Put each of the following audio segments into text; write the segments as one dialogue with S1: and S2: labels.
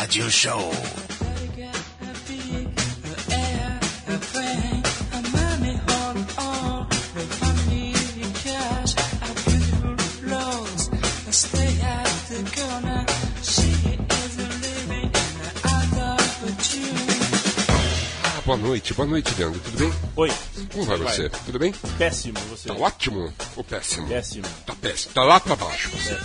S1: Radio Show.
S2: Ah, Boa noite, boa noite, Leandro. Tudo bem?
S3: Oi,
S2: Como vai você? Tudo bem?
S3: péssimo você.
S2: Tá ótimo ou péssimo?
S3: Péssimo.
S2: Tá péssimo. Tá lá pra baixo. você.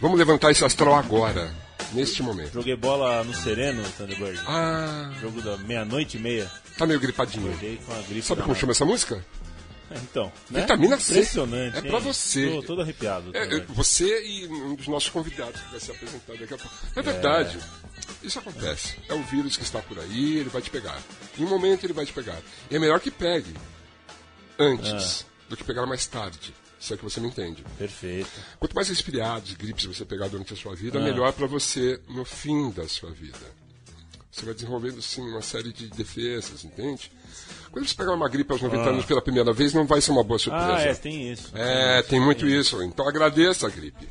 S2: Vamos levantar esse astral agora, neste momento.
S3: Joguei bola no Sereno, Thunderbird.
S2: Ah,
S3: Jogo da meia-noite e meia.
S2: tá meio gripadinho.
S3: Joguei com a gripe.
S2: Sabe
S3: na
S2: como
S3: mão.
S2: chama essa música?
S3: Então, né?
S2: Vitamina C.
S3: Impressionante.
S2: É
S3: hein?
S2: pra você.
S3: Tô todo arrepiado.
S2: É, é,
S3: Thunderbird.
S2: você e um dos nossos convidados que vai se apresentar daqui a pouco. É verdade. Isso acontece. É o vírus que está por aí, ele vai te pegar. Em um momento ele vai te pegar. E é melhor que pegue antes do que pegar mais tarde. Se é que você me entende.
S3: Perfeito.
S2: Quanto mais resfriados, gripes você pegar durante a sua vida, melhor para você no fim da sua vida. Você vai desenvolvendo, sim, uma série de defesas, entende? Quando você pegar uma gripe aos 90 anos pela primeira vez, não vai ser uma boa surpresa.
S3: Ah, é, tem isso.
S2: É, tem muito isso. Então agradeça a gripe.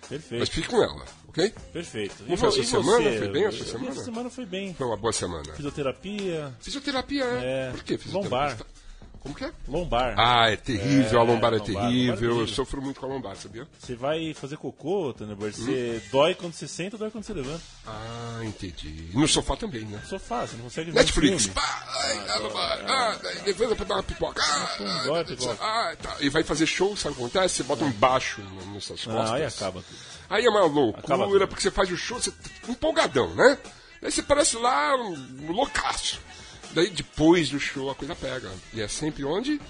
S2: Mas
S3: Perfeito,
S2: fique com ela, ok?
S3: perfeito.
S2: foi a
S3: vo-
S2: sua semana?
S3: você?
S2: Foi bem a sua
S3: Eu-
S2: semana?
S3: Minha semana foi bem.
S2: Foi uma boa semana.
S3: Fisioterapia,
S2: Fisioterapia, é.
S3: É,
S2: Por que
S3: lombar.
S2: fisioterapia? Como que é?
S3: lombar.
S2: Ah, é terrível, a lombar é
S3: lombar, lombar é
S2: terrível. Eu
S3: terrível.
S2: sofro muito com a lombar, sabia?
S3: Você vai fazer cocô, Thunderbird, você
S2: Hum.
S3: dói quando você senta, dói quando você levanta.
S2: Ah, entendi. E no sofá também, né?
S3: Sofá, você não consegue ver um
S2: Netflix,
S3: filme. tá.
S2: pá, ai, a lombar, ah, daí levanta pra dar uma pipoca, ah,
S3: não dói a pipoca.
S2: ah, tá. E vai fazer show, sabe o que acontece? Você bota um baixo no- nas suas costas.
S3: Ah, aí acaba tudo.
S2: Aí é uma
S3: Acaba
S2: loucura,
S3: tudo.
S2: porque você faz o show, você tá empolgadão, né? Daí você parece lá um loucaço. Daí depois do show a coisa pega. E é sempre onde?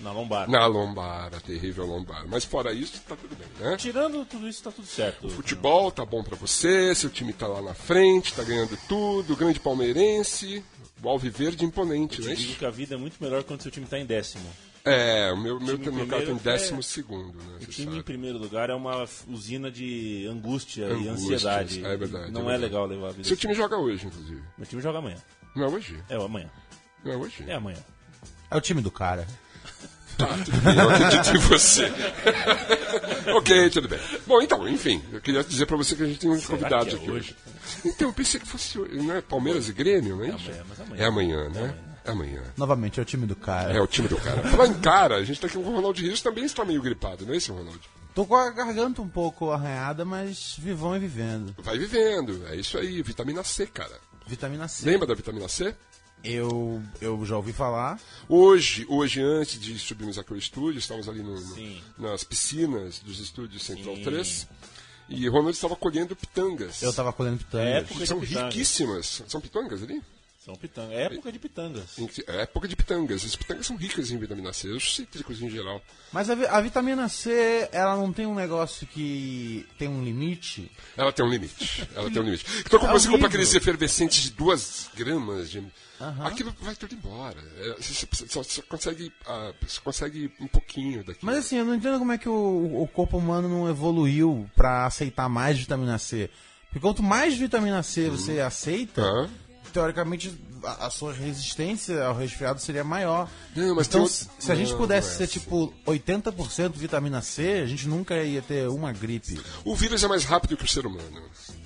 S3: Na lombar.
S2: Na lombar, a terrível lombar. Mas fora isso, tá tudo bem, né?
S3: Tirando tudo isso, tá tudo certo.
S2: Futebol tá bom pra você, seu time tá lá na frente, tá ganhando tudo, grande palmeirense, o Alviverde imponente,
S3: Te
S2: né?
S3: digo que a vida é muito melhor quando seu time tá em décimo.
S2: É, o meu, meu,
S3: time
S2: meu cara tá em
S3: primeiro
S2: décimo segundo, né?
S3: O
S2: você
S3: time em
S2: sabe.
S3: primeiro lugar é uma usina de angústia e
S2: Angústias,
S3: ansiedade.
S2: é verdade,
S3: Não
S2: é
S3: é,
S2: verdade.
S3: legal levar a vida.
S2: Seu
S3: assim.
S2: time joga hoje, inclusive.
S3: Meu time joga amanhã.
S2: Não é hoje?
S3: É amanhã.
S2: Não é hoje? Ah,
S3: É tá. amanhã.
S4: É o time do cara.
S2: Eu acredito em você. ok, tudo bem. Bom, então, enfim, eu queria dizer pra você que a gente tem uns convidados
S3: que é
S2: aqui hoje.
S3: hoje?
S2: Então, eu pensei que fosse hoje, né? Palmeiras e Grêmio, não é isso?
S3: amanhã, mas amanhã.
S2: É amanhã, né? É amanhã.
S4: Novamente, é o time do cara.
S2: É o time do cara. Falar em cara, a gente tá aqui com o Ronaldo Rios também está meio gripado, não é isso, Ronaldo?
S4: Tô com a garganta um pouco arranhada, mas vivão e vivendo.
S2: Vai vivendo, é isso aí, vitamina C, cara.
S4: Vitamina C.
S2: Lembra da vitamina C?
S4: Eu, eu já ouvi falar.
S2: Hoje, hoje antes de subirmos aqui ao estúdio, estávamos ali no- no-
S3: Sim.
S2: nas piscinas dos estúdios Central 3 e Ronaldo estava colhendo pitangas.
S4: Eu tava colhendo
S3: É
S4: pitanga.
S3: época de
S2: São
S3: pitangas.
S2: riquíssimas. São pitangas ali?
S3: São pitanga. É época de pitangas.
S2: Em- É época de pitangas. As pitangas são ricas em vitamina C, os cítricos em geral.
S4: Mas a, vi- a vitamina C, ela não tem um negócio que tem um limite.
S2: Ela tem um limite. Ela tem um limite. Então, quando
S4: É
S2: você
S4: horrível.
S2: compra aqueles efervescentes de duas gramas, de... aquilo vai tudo embora. É, Você você só, só consegue, ah, você consegue um pouquinho daquilo.
S4: Mas assim, eu não entendo como é que o, o corpo humano não evoluiu pra aceitar mais vitamina C. Porque quanto mais vitamina C você aceita,
S2: Tá.
S4: teoricamente a, a sua resistência ao resfriado seria maior.
S2: Não, mas tem
S4: então,
S2: outro-
S4: se se a gente
S2: Não,
S4: pudesse
S2: não é
S4: ser
S2: assim.
S4: tipo 80% vitamina C, a gente nunca ia ter uma gripe.
S2: O vírus é mais rápido que o ser humano.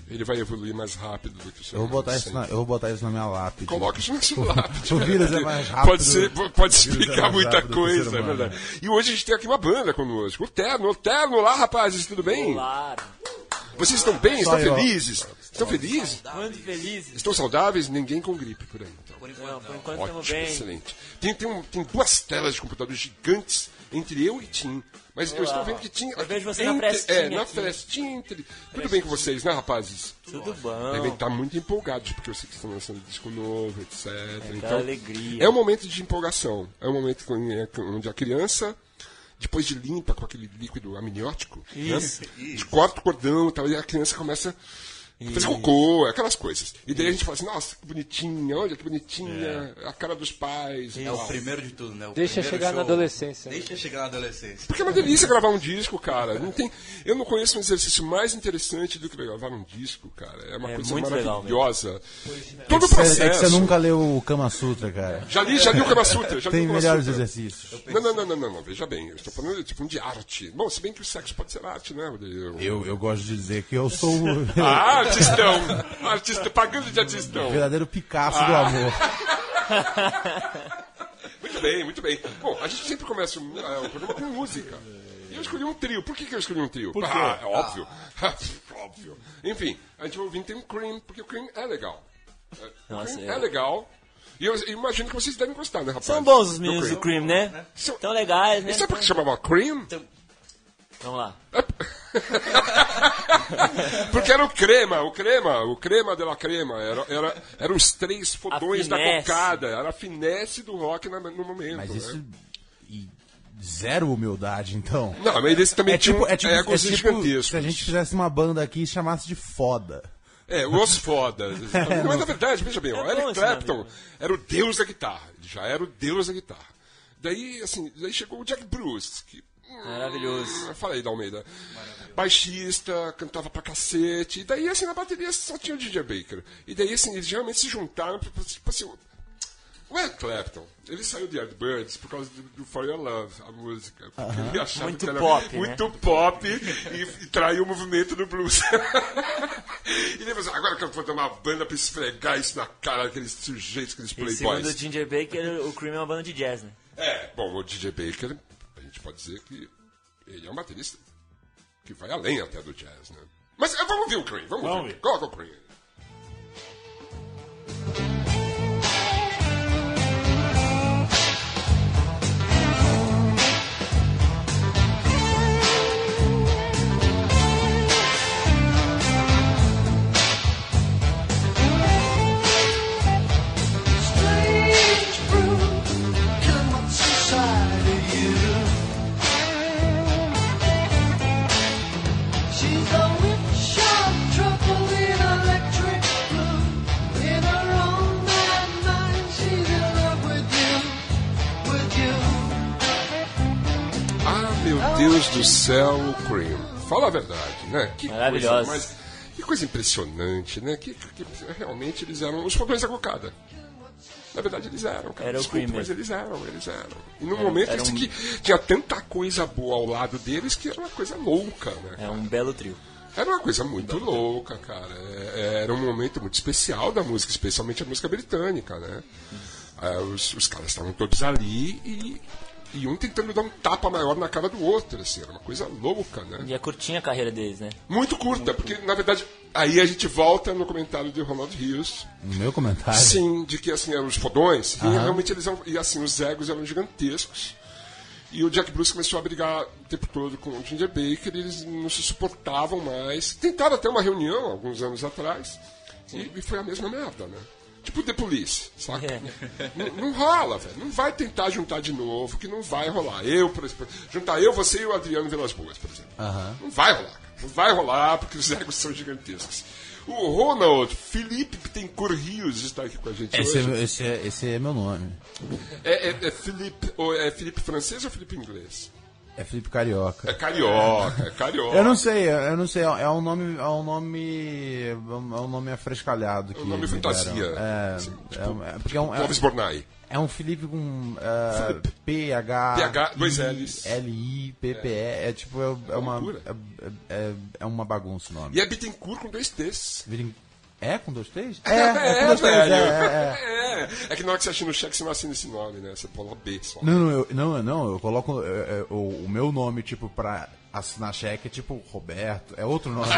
S2: Ele vai evoluir mais rápido do que o ser
S4: Eu vou
S2: humano.
S4: botar isso na, eu vou botar isso na minha lápide. É
S2: Coloca isso no seu lápide.
S4: O vírus é
S2: velho.
S4: mais rápido.
S2: Pode, ser,
S4: O
S2: pode
S4: vírus é
S2: explicar
S4: mais
S2: muita
S4: rápido que o ser
S2: coisa, é
S4: humano.
S2: verdade. E hoje a gente tem aqui uma banda conosco. O Terno, o Terno, olá rapazes, tudo bem?
S5: Claro.
S2: Vocês estão bem?
S4: Só
S2: estão
S4: eu.
S2: felizes? Estão felizes?
S5: Muito felizes.
S2: Estão saudáveis? Ninguém com gripe por aí. Então.
S5: Por enquanto, por enquanto
S2: Ótimo,
S5: estamos bem.
S2: excelente. Tem, tem, um- tem duas telas de computadores gigantes entre eu e Tim. Mas eu estou vendo que Tim.
S5: Eu vejo você na frestinha
S2: É, na
S5: aqui.
S2: frestinha entre. Tudo bem com vocês, né, rapazes?
S5: Tudo
S2: Devem
S5: bom.
S2: estar tá muito empolgados, porque eu sei que estão lançando disco novo, etc. então,
S5: aquela alegria.
S2: É um momento de empolgação. É um momento com- onde a criança, depois de limpa com aquele líquido amniótico, né? De corta o cordão e tal, e a criança começa fazer cocô, aquelas coisas. E daí a gente fala assim, nossa, que bonitinha, olha que bonitinha, a cara dos pais. e
S1: É o
S2: tal.
S1: primeiro de tudo, né? O
S6: Deixa
S1: primeiro
S6: chegar na
S1: show.
S6: adolescência.
S1: Deixa chegar na adolescência.
S2: Porque é uma delícia gravar um disco, cara. Não tem, eu não conheço um exercício mais interessante do que gravar um disco, cara. É uma
S5: É
S2: coisa
S5: muito legal
S2: maravilhosa. Todo o
S4: É, que você
S2: processo.
S4: nunca leu o Kama Sutra, cara.
S2: Já li, já li o Kama Sutra. Já li
S4: Tem
S2: o Kama
S4: melhores
S2: Sutra.
S4: exercícios.
S2: Não, não, não, não, não, não, veja bem, eu estou falando tipo, de arte. Bom, se bem que o sexo pode ser arte, né? Rodrigo?
S4: Eu, eu gosto de dizer que eu sou o
S2: Ah, artistão! Artista, pagando de artistão.
S4: verdadeiro Picasso do
S2: Ah.
S4: amor.
S2: Muito bem, muito bem. Bom, a gente sempre começa um, ah, o programa com música. E eu escolhi um trio. Por que, que eu escolhi um trio? Por
S3: quê?
S2: Ah, é óbvio. óbvio. Enfim, a gente vai ouvir tem um Cream, porque o Cream é legal. É, o
S5: Nossa,
S2: Cream
S5: é.
S2: é legal. E eu imagino que vocês devem gostar, né, rapaz?
S5: São bons os
S2: Do
S5: meninos do
S2: Cream.
S5: Cream, né?
S2: São-
S5: Tão legais, né?
S2: E sabe por que é chamava Cream?
S4: Então,
S2: É
S5: Vamos lá.
S2: Porque era o crema, o crema, o crema de la crema. Era, era, eram os três fodões da
S5: finesse.
S2: cocada. Era a finesse do rock na- no momento.
S4: Mas
S2: né?
S4: isso. E zero humildade, então.
S2: Não, mas eles também um
S4: É tipo,
S2: tinham
S4: é tipo, é
S2: egos
S4: tipo
S2: gigantescos.
S4: se a gente fizesse uma banda aqui e chamasse de foda.
S2: É, os fodas. Mas na verdade, veja bem, o
S5: É bom
S2: Eric
S5: esse né?
S2: Clapton
S5: nome.
S2: era o deus da guitarra. Ele já era o deus da guitarra. Daí, assim, daí chegou o Jack Bruce, que.
S5: Maravilhoso.
S2: Hum, Fala aí, da Almeida. Baixista, cantava pra cacete. E daí, assim, na bateria só tinha o DJ Baker. E daí, assim, eles realmente se juntaram pra, pra, tipo assim. O Eric Clapton, ele saiu de Yardbirds por causa do, do For Your Love, a música. Porque ele achava
S5: Muito
S2: que era
S5: pop, né?
S2: muito pop e, e traiu o movimento do blues. e depois, assim, agora que eu vou tomar uma banda pra esfregar isso na cara daqueles sujeitos, aqueles
S5: E segundo o
S2: playboys.
S5: Ginger Baker, o Cream é uma banda de jazz, né?
S2: É, bom, o DJ Baker, a gente pode dizer que ele é um baterista que vai além até do jazz, né? Mas é, vamos ver o Cream, vamos,
S3: Vamos
S2: ver.
S3: ver.
S2: Coloca o Cream.
S7: She's a witch of trouble in electric blue. In her own mad mind, she's in love with you, with you.
S2: Ah, meu Deus do céu, o Cream. Fala a verdade, né? Que
S5: Maravilhosa.
S2: Coisa, mais- que coisa impressionante, né? Que, que- que- realmente eles eram os fodões da cocada. Na verdade, eles eram, cara.
S5: Era o
S2: Desculpa,
S5: Cream
S2: mas
S5: mesmo.
S2: eles eram, eles eram. E no momento
S5: era
S2: eles
S5: um-
S2: que tinha tanta coisa boa ao lado deles que era uma coisa louca, né?
S5: É um belo trio.
S2: Era uma coisa muito louca, cara. É- Era um momento muito especial da música, especialmente a música britânica, né? Ah, os, os caras estavam todos ali e, e um tentando dar um tapa maior na cara do outro, assim. Era uma coisa louca, né?
S5: E é curtinha a carreira deles, né?
S2: Muito curta, porque, na verdade, aí a gente volta no comentário de Ronald Rios,
S4: No meu comentário.
S2: Sim, de que assim eram os fodões. E realmente eles eram. E assim, os egos eram gigantescos. E o Jack Bruce começou a brigar o tempo todo com o Ginger Baker, e eles não se suportavam mais. Tentaram até uma reunião alguns anos atrás, e, e foi a mesma merda, né? Tipo The Police, saca?
S5: É.
S2: Não, não rola, velho. Não vai tentar juntar de novo, que não vai rolar. Eu, por exemplo, juntar eu, você e o Adriano Velas Boas, por exemplo. Não vai rolar, cara. Não vai rolar, porque os egos são gigantescos. O Ronald Felipe Bittencourt Rios está aqui com a gente
S4: Esse
S2: hoje.
S4: é, esse, é, esse é meu nome.
S2: É, é, é Felipe, ou é Felipe francês ou Felipe inglês?
S4: É Felipe Carioca.
S2: É carioca, é carioca.
S4: Eu não sei, eu não sei. É um nome, é um nome, é um nome afrescalhado que
S2: um nome
S4: me
S2: fantasia.
S4: deram. É,
S2: Assim,
S4: é um- é porque é um, é,
S2: Clóvis Bornai.
S4: é um Felipe com é, P H
S2: PH,
S4: I,
S2: dois Ls.
S4: L I P P E. É tipo é, é uma
S2: loucura.
S4: é, é- é uma bagunça o nome.
S2: E é Bittencourt com dois T's.
S4: Virem- É com dois três? É, é com dois três.
S2: velho.
S4: É, é, é.
S2: É. É que na hora que você assina o cheque, você não assina esse nome, né? Você põe lá B só.
S4: Não, não, eu, não, eu- não, eu coloco é, é, o, o meu nome, tipo, pra assinar cheque, é tipo Roberto, é outro nome,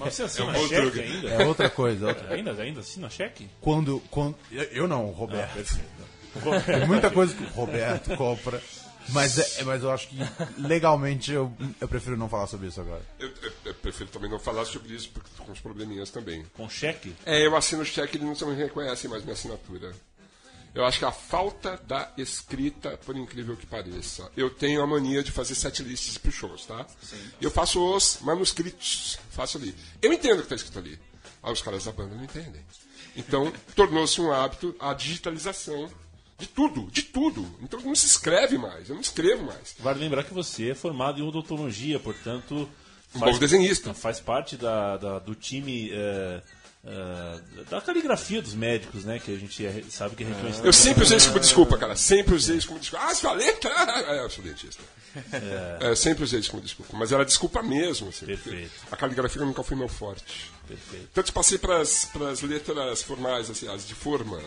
S3: Mas você assina
S2: um bom
S3: cheque
S2: truque.
S3: ainda?
S4: é outra coisa. é outra-
S3: Ainda, ainda assina cheque?
S4: Quando, quando, eu, eu não, Roberto. assim,
S3: Roberto.
S4: Tem muita coisa que o Roberto compra. Mas, é, mas eu acho que legalmente eu, eu prefiro não falar sobre isso agora.
S2: Eu, eu- eu prefiro também não falar sobre isso, porque tô com os probleminhas também.
S3: Com cheque?
S2: É, eu assino o cheque e eles não reconhecem mais minha assinatura. Eu acho que a falta da escrita, por incrível que pareça. Eu tenho a mania de fazer setlists para shows, tá? Sim. Eu faço os manuscritos, faço ali. Eu entendo o que está escrito ali. Ah, os caras da banda não entendem. Então, tornou-se um hábito a digitalização de tudo, de tudo. Então, não se escreve mais, eu não escrevo mais.
S3: Vale lembrar que você é formado em odontologia, portanto.
S2: Um bom desenhista.
S3: Faz parte da, da- do time. eh, eh, da caligrafia dos médicos, né? Que a gente é- sabe que é referência.
S2: Eu sempre usei isso como desculpa, cara. Sempre usei isso como desculpa. Ah, sua letra! Ah, eu sou dentista. É, eu sempre usei isso como desculpa. Mas era desculpa mesmo. Assim, porque
S3: Perfeito.
S2: A caligrafia nunca foi meu forte.
S3: Perfeito.
S2: Tanto passei para as letras formais, assim, as de forma.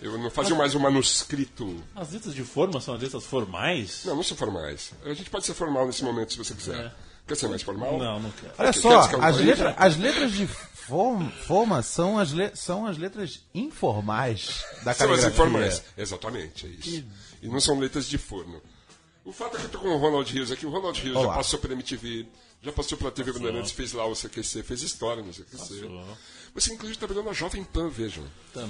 S2: Eu não fazia mais o manuscrito.
S3: As letras de forma são as letras formais?
S2: Não, não sou formais. A gente pode ser formal nesse momento, se você quiser. Quer ser mais formal?
S3: não, não quero.
S4: Olha
S2: Quer- é
S4: só,
S2: quer descambar
S4: as,
S2: aí?
S4: letra- as letras de forma, forma são, as le- são as letras informais da
S2: São as
S4: caligrafia.
S2: informais. Exatamente, é isso. E não são letras de forno. O fato é que eu tô com o Ronald Rios aqui. O Ronald Rios já
S4: Olá.
S2: passou pela MTV, já passou pela TV Bandeirantes, fez lá o CQC, fez história no CQC. Você, inclusive, trabalhou na Jovem Pan, vejam.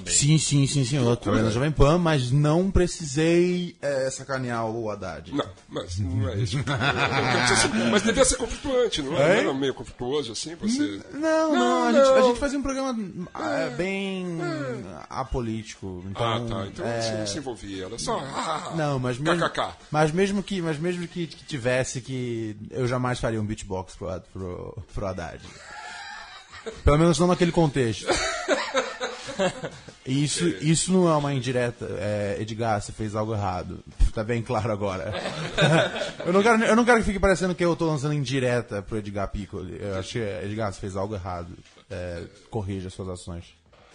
S4: Sim, sim, sim, sim. Eu trabalhei na Jovem Pan, mas não precisei é, sacanear o Haddad.
S2: Não, mas não é isso. Eu- eu quero dizer assim, mas devia ser conflituante, não é? Não era meio conflituoso assim? Você...
S4: Não, não, a, Gente, a gente fazia um programa ah, bem apolítico. Então,
S2: É. Ah, tá. Então
S4: é,
S2: você não se envolvia. Era só. ah,
S4: Não, mas mesmo,
S2: KKK.
S4: mas mesmo que, mas mesmo que, que tivesse que eu jamais faria um beatbox pro, Had- pro, pro Haddad. Pelo menos não naquele contexto. E Isso, isso não é uma indireta. É, Edgar, você fez algo errado. Tá bem claro agora. eu, não quero, eu não quero que fique parecendo que eu tô lançando indireta pro Edgar Pico. Eu acho que, é, Edgar, você fez algo errado. É, corrija suas ações.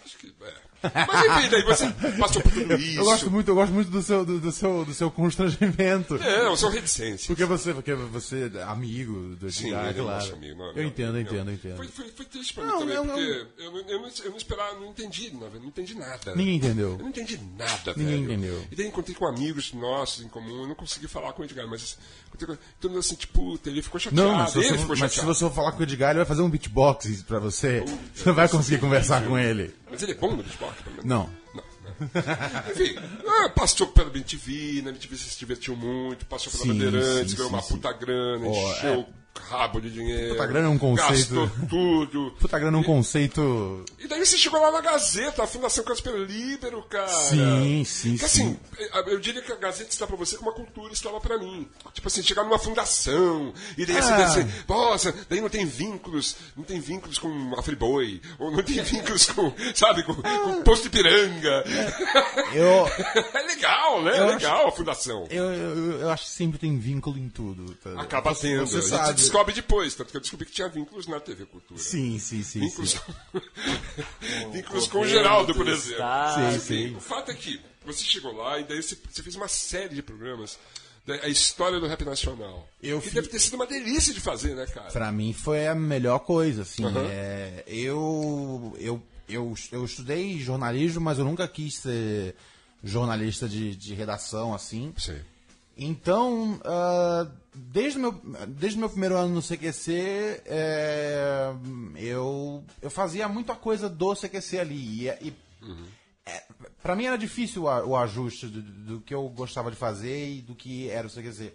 S2: Acho que- é. Mas enfim, daí você passou por tudo isso.
S4: Eu gosto muito, eu gosto muito do seu, do, do seu, do seu constrangimento.
S2: É, eu sou reticência.
S4: Porque você, porque você é amigo do
S2: Sim,
S4: Edgar,
S2: ele é
S4: claro.
S2: nosso amigo. Não,
S4: eu
S2: não,
S4: entendo, eu
S2: não.
S4: entendo, eu entendo.
S2: Foi, foi, foi triste pra
S4: Não,
S2: mim também,
S4: eu não-
S2: porque eu, não- eu não, eu não esperava, não entendi, na verdade, não entendi nada.
S4: Ninguém
S2: Eu
S4: entendeu.
S2: não entendi nada,
S4: Ninguém
S2: velho.
S4: entendeu.
S2: E daí encontrei com amigos nossos em comum, eu não consegui falar com o Edgar, mas encontrei com- todo mundo assim, tipo, puta, ele ficou chateado,
S4: Não, mas, se
S2: ele
S4: você,
S2: ficou
S4: mas se
S2: chateado.
S4: você for falar com o Edgar, ele vai fazer um beatbox pra você. Você não vai
S2: é
S4: conseguir conversar com ele.
S2: Mas ele é bom no esporte, pelo menos.
S4: Não.
S2: Não, né? Enfim, ah, passou pela BTV, na BTV se divertiu muito, passou pela
S4: Sim,
S2: Bandeirantes,
S4: sim,
S2: ganhou
S4: sim,
S2: uma
S4: sim.
S2: puta grana,
S4: Pô,
S2: encheu o rabo de dinheiro.
S4: Puta grana é um conceito.
S2: Gastou tudo.
S4: Puta grana é um conceito.
S2: E daí você chegou lá na Gazeta, a Fundação Casper Libero, cara.
S4: Sim, sim,
S2: que, assim, eu diria que a Gazeta está pra você como a cultura estava pra mim. Tipo assim, chegar numa fundação, e daí você
S4: Ah.
S2: pensa, nossa, daí não tem vínculos, não tem vínculos com a Friboi, ou não tem vínculos com, sabe, com, com Posto Ipiranga.
S4: Eu,
S2: É legal, né? É
S4: Eu acho-
S2: legal a fundação.
S4: eu, eu, eu acho que sempre tem vínculo em tudo. tá?
S2: Acaba
S4: Você-
S2: tendo.
S4: Você
S2: a gente
S4: sabe.
S2: descobre depois, tanto que eu descobri que tinha vínculos na TV Cultura.
S4: Sim, sim, sim. sim.
S2: Vínculos, vínculos com o Geraldo, por exemplo.
S5: Está...
S4: Sim, sim.
S2: O fato é que você chegou lá e daí você, você fez uma série de programas da a história do rap nacional.
S4: Eu
S2: que
S4: fi-
S2: deve ter sido uma delícia de fazer, né, cara?
S4: Pra mim foi a melhor coisa, assim. É, eu, eu, eu, eu estudei jornalismo, mas eu nunca quis ser jornalista de, de redação, assim.
S2: Sim.
S4: Então, ah, desde, o meu, desde o meu primeiro ano no CQC, é, eu, eu fazia muita coisa do CQC ali. E, e é, pra mim era difícil o, a- o ajuste do, do que eu gostava de fazer e do que era o CQC.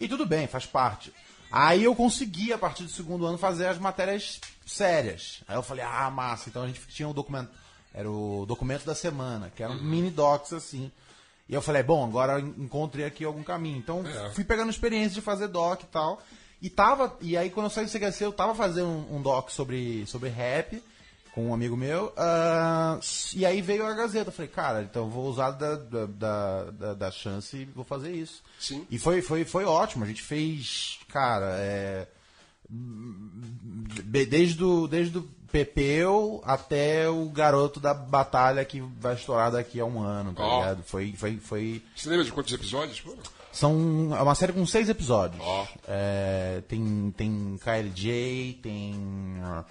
S4: E tudo bem, faz parte. Aí eu consegui, a partir do segundo ano, fazer as matérias sérias. Aí eu falei, ah, massa. Então a gente tinha um documento. Era o documento da semana, que era um mini docs assim. E eu falei, bom, agora eu encontrei aqui algum caminho. Então, fui pegando experiência de fazer doc e tal. E tava. E aí, quando eu saí do CQC, eu tava fazendo um, um doc sobre, sobre rap com um amigo meu. ah, e aí veio a Gazeta. Eu falei, cara, então eu vou usar da, da, da, da- da chance e vou fazer isso.
S2: Sim.
S4: E foi, foi, foi ótimo. A gente fez, cara, é, be- desde o, desde o Pepeu até o garoto da batalha que vai estourar daqui a um ano, tá
S2: Ó.
S4: ligado? Foi, foi, foi.
S2: Você lembra de quantos episódios foram?
S4: São, é uma série com seis episódios.
S2: Ó.
S4: É, tem, tem KLJ, tem ah,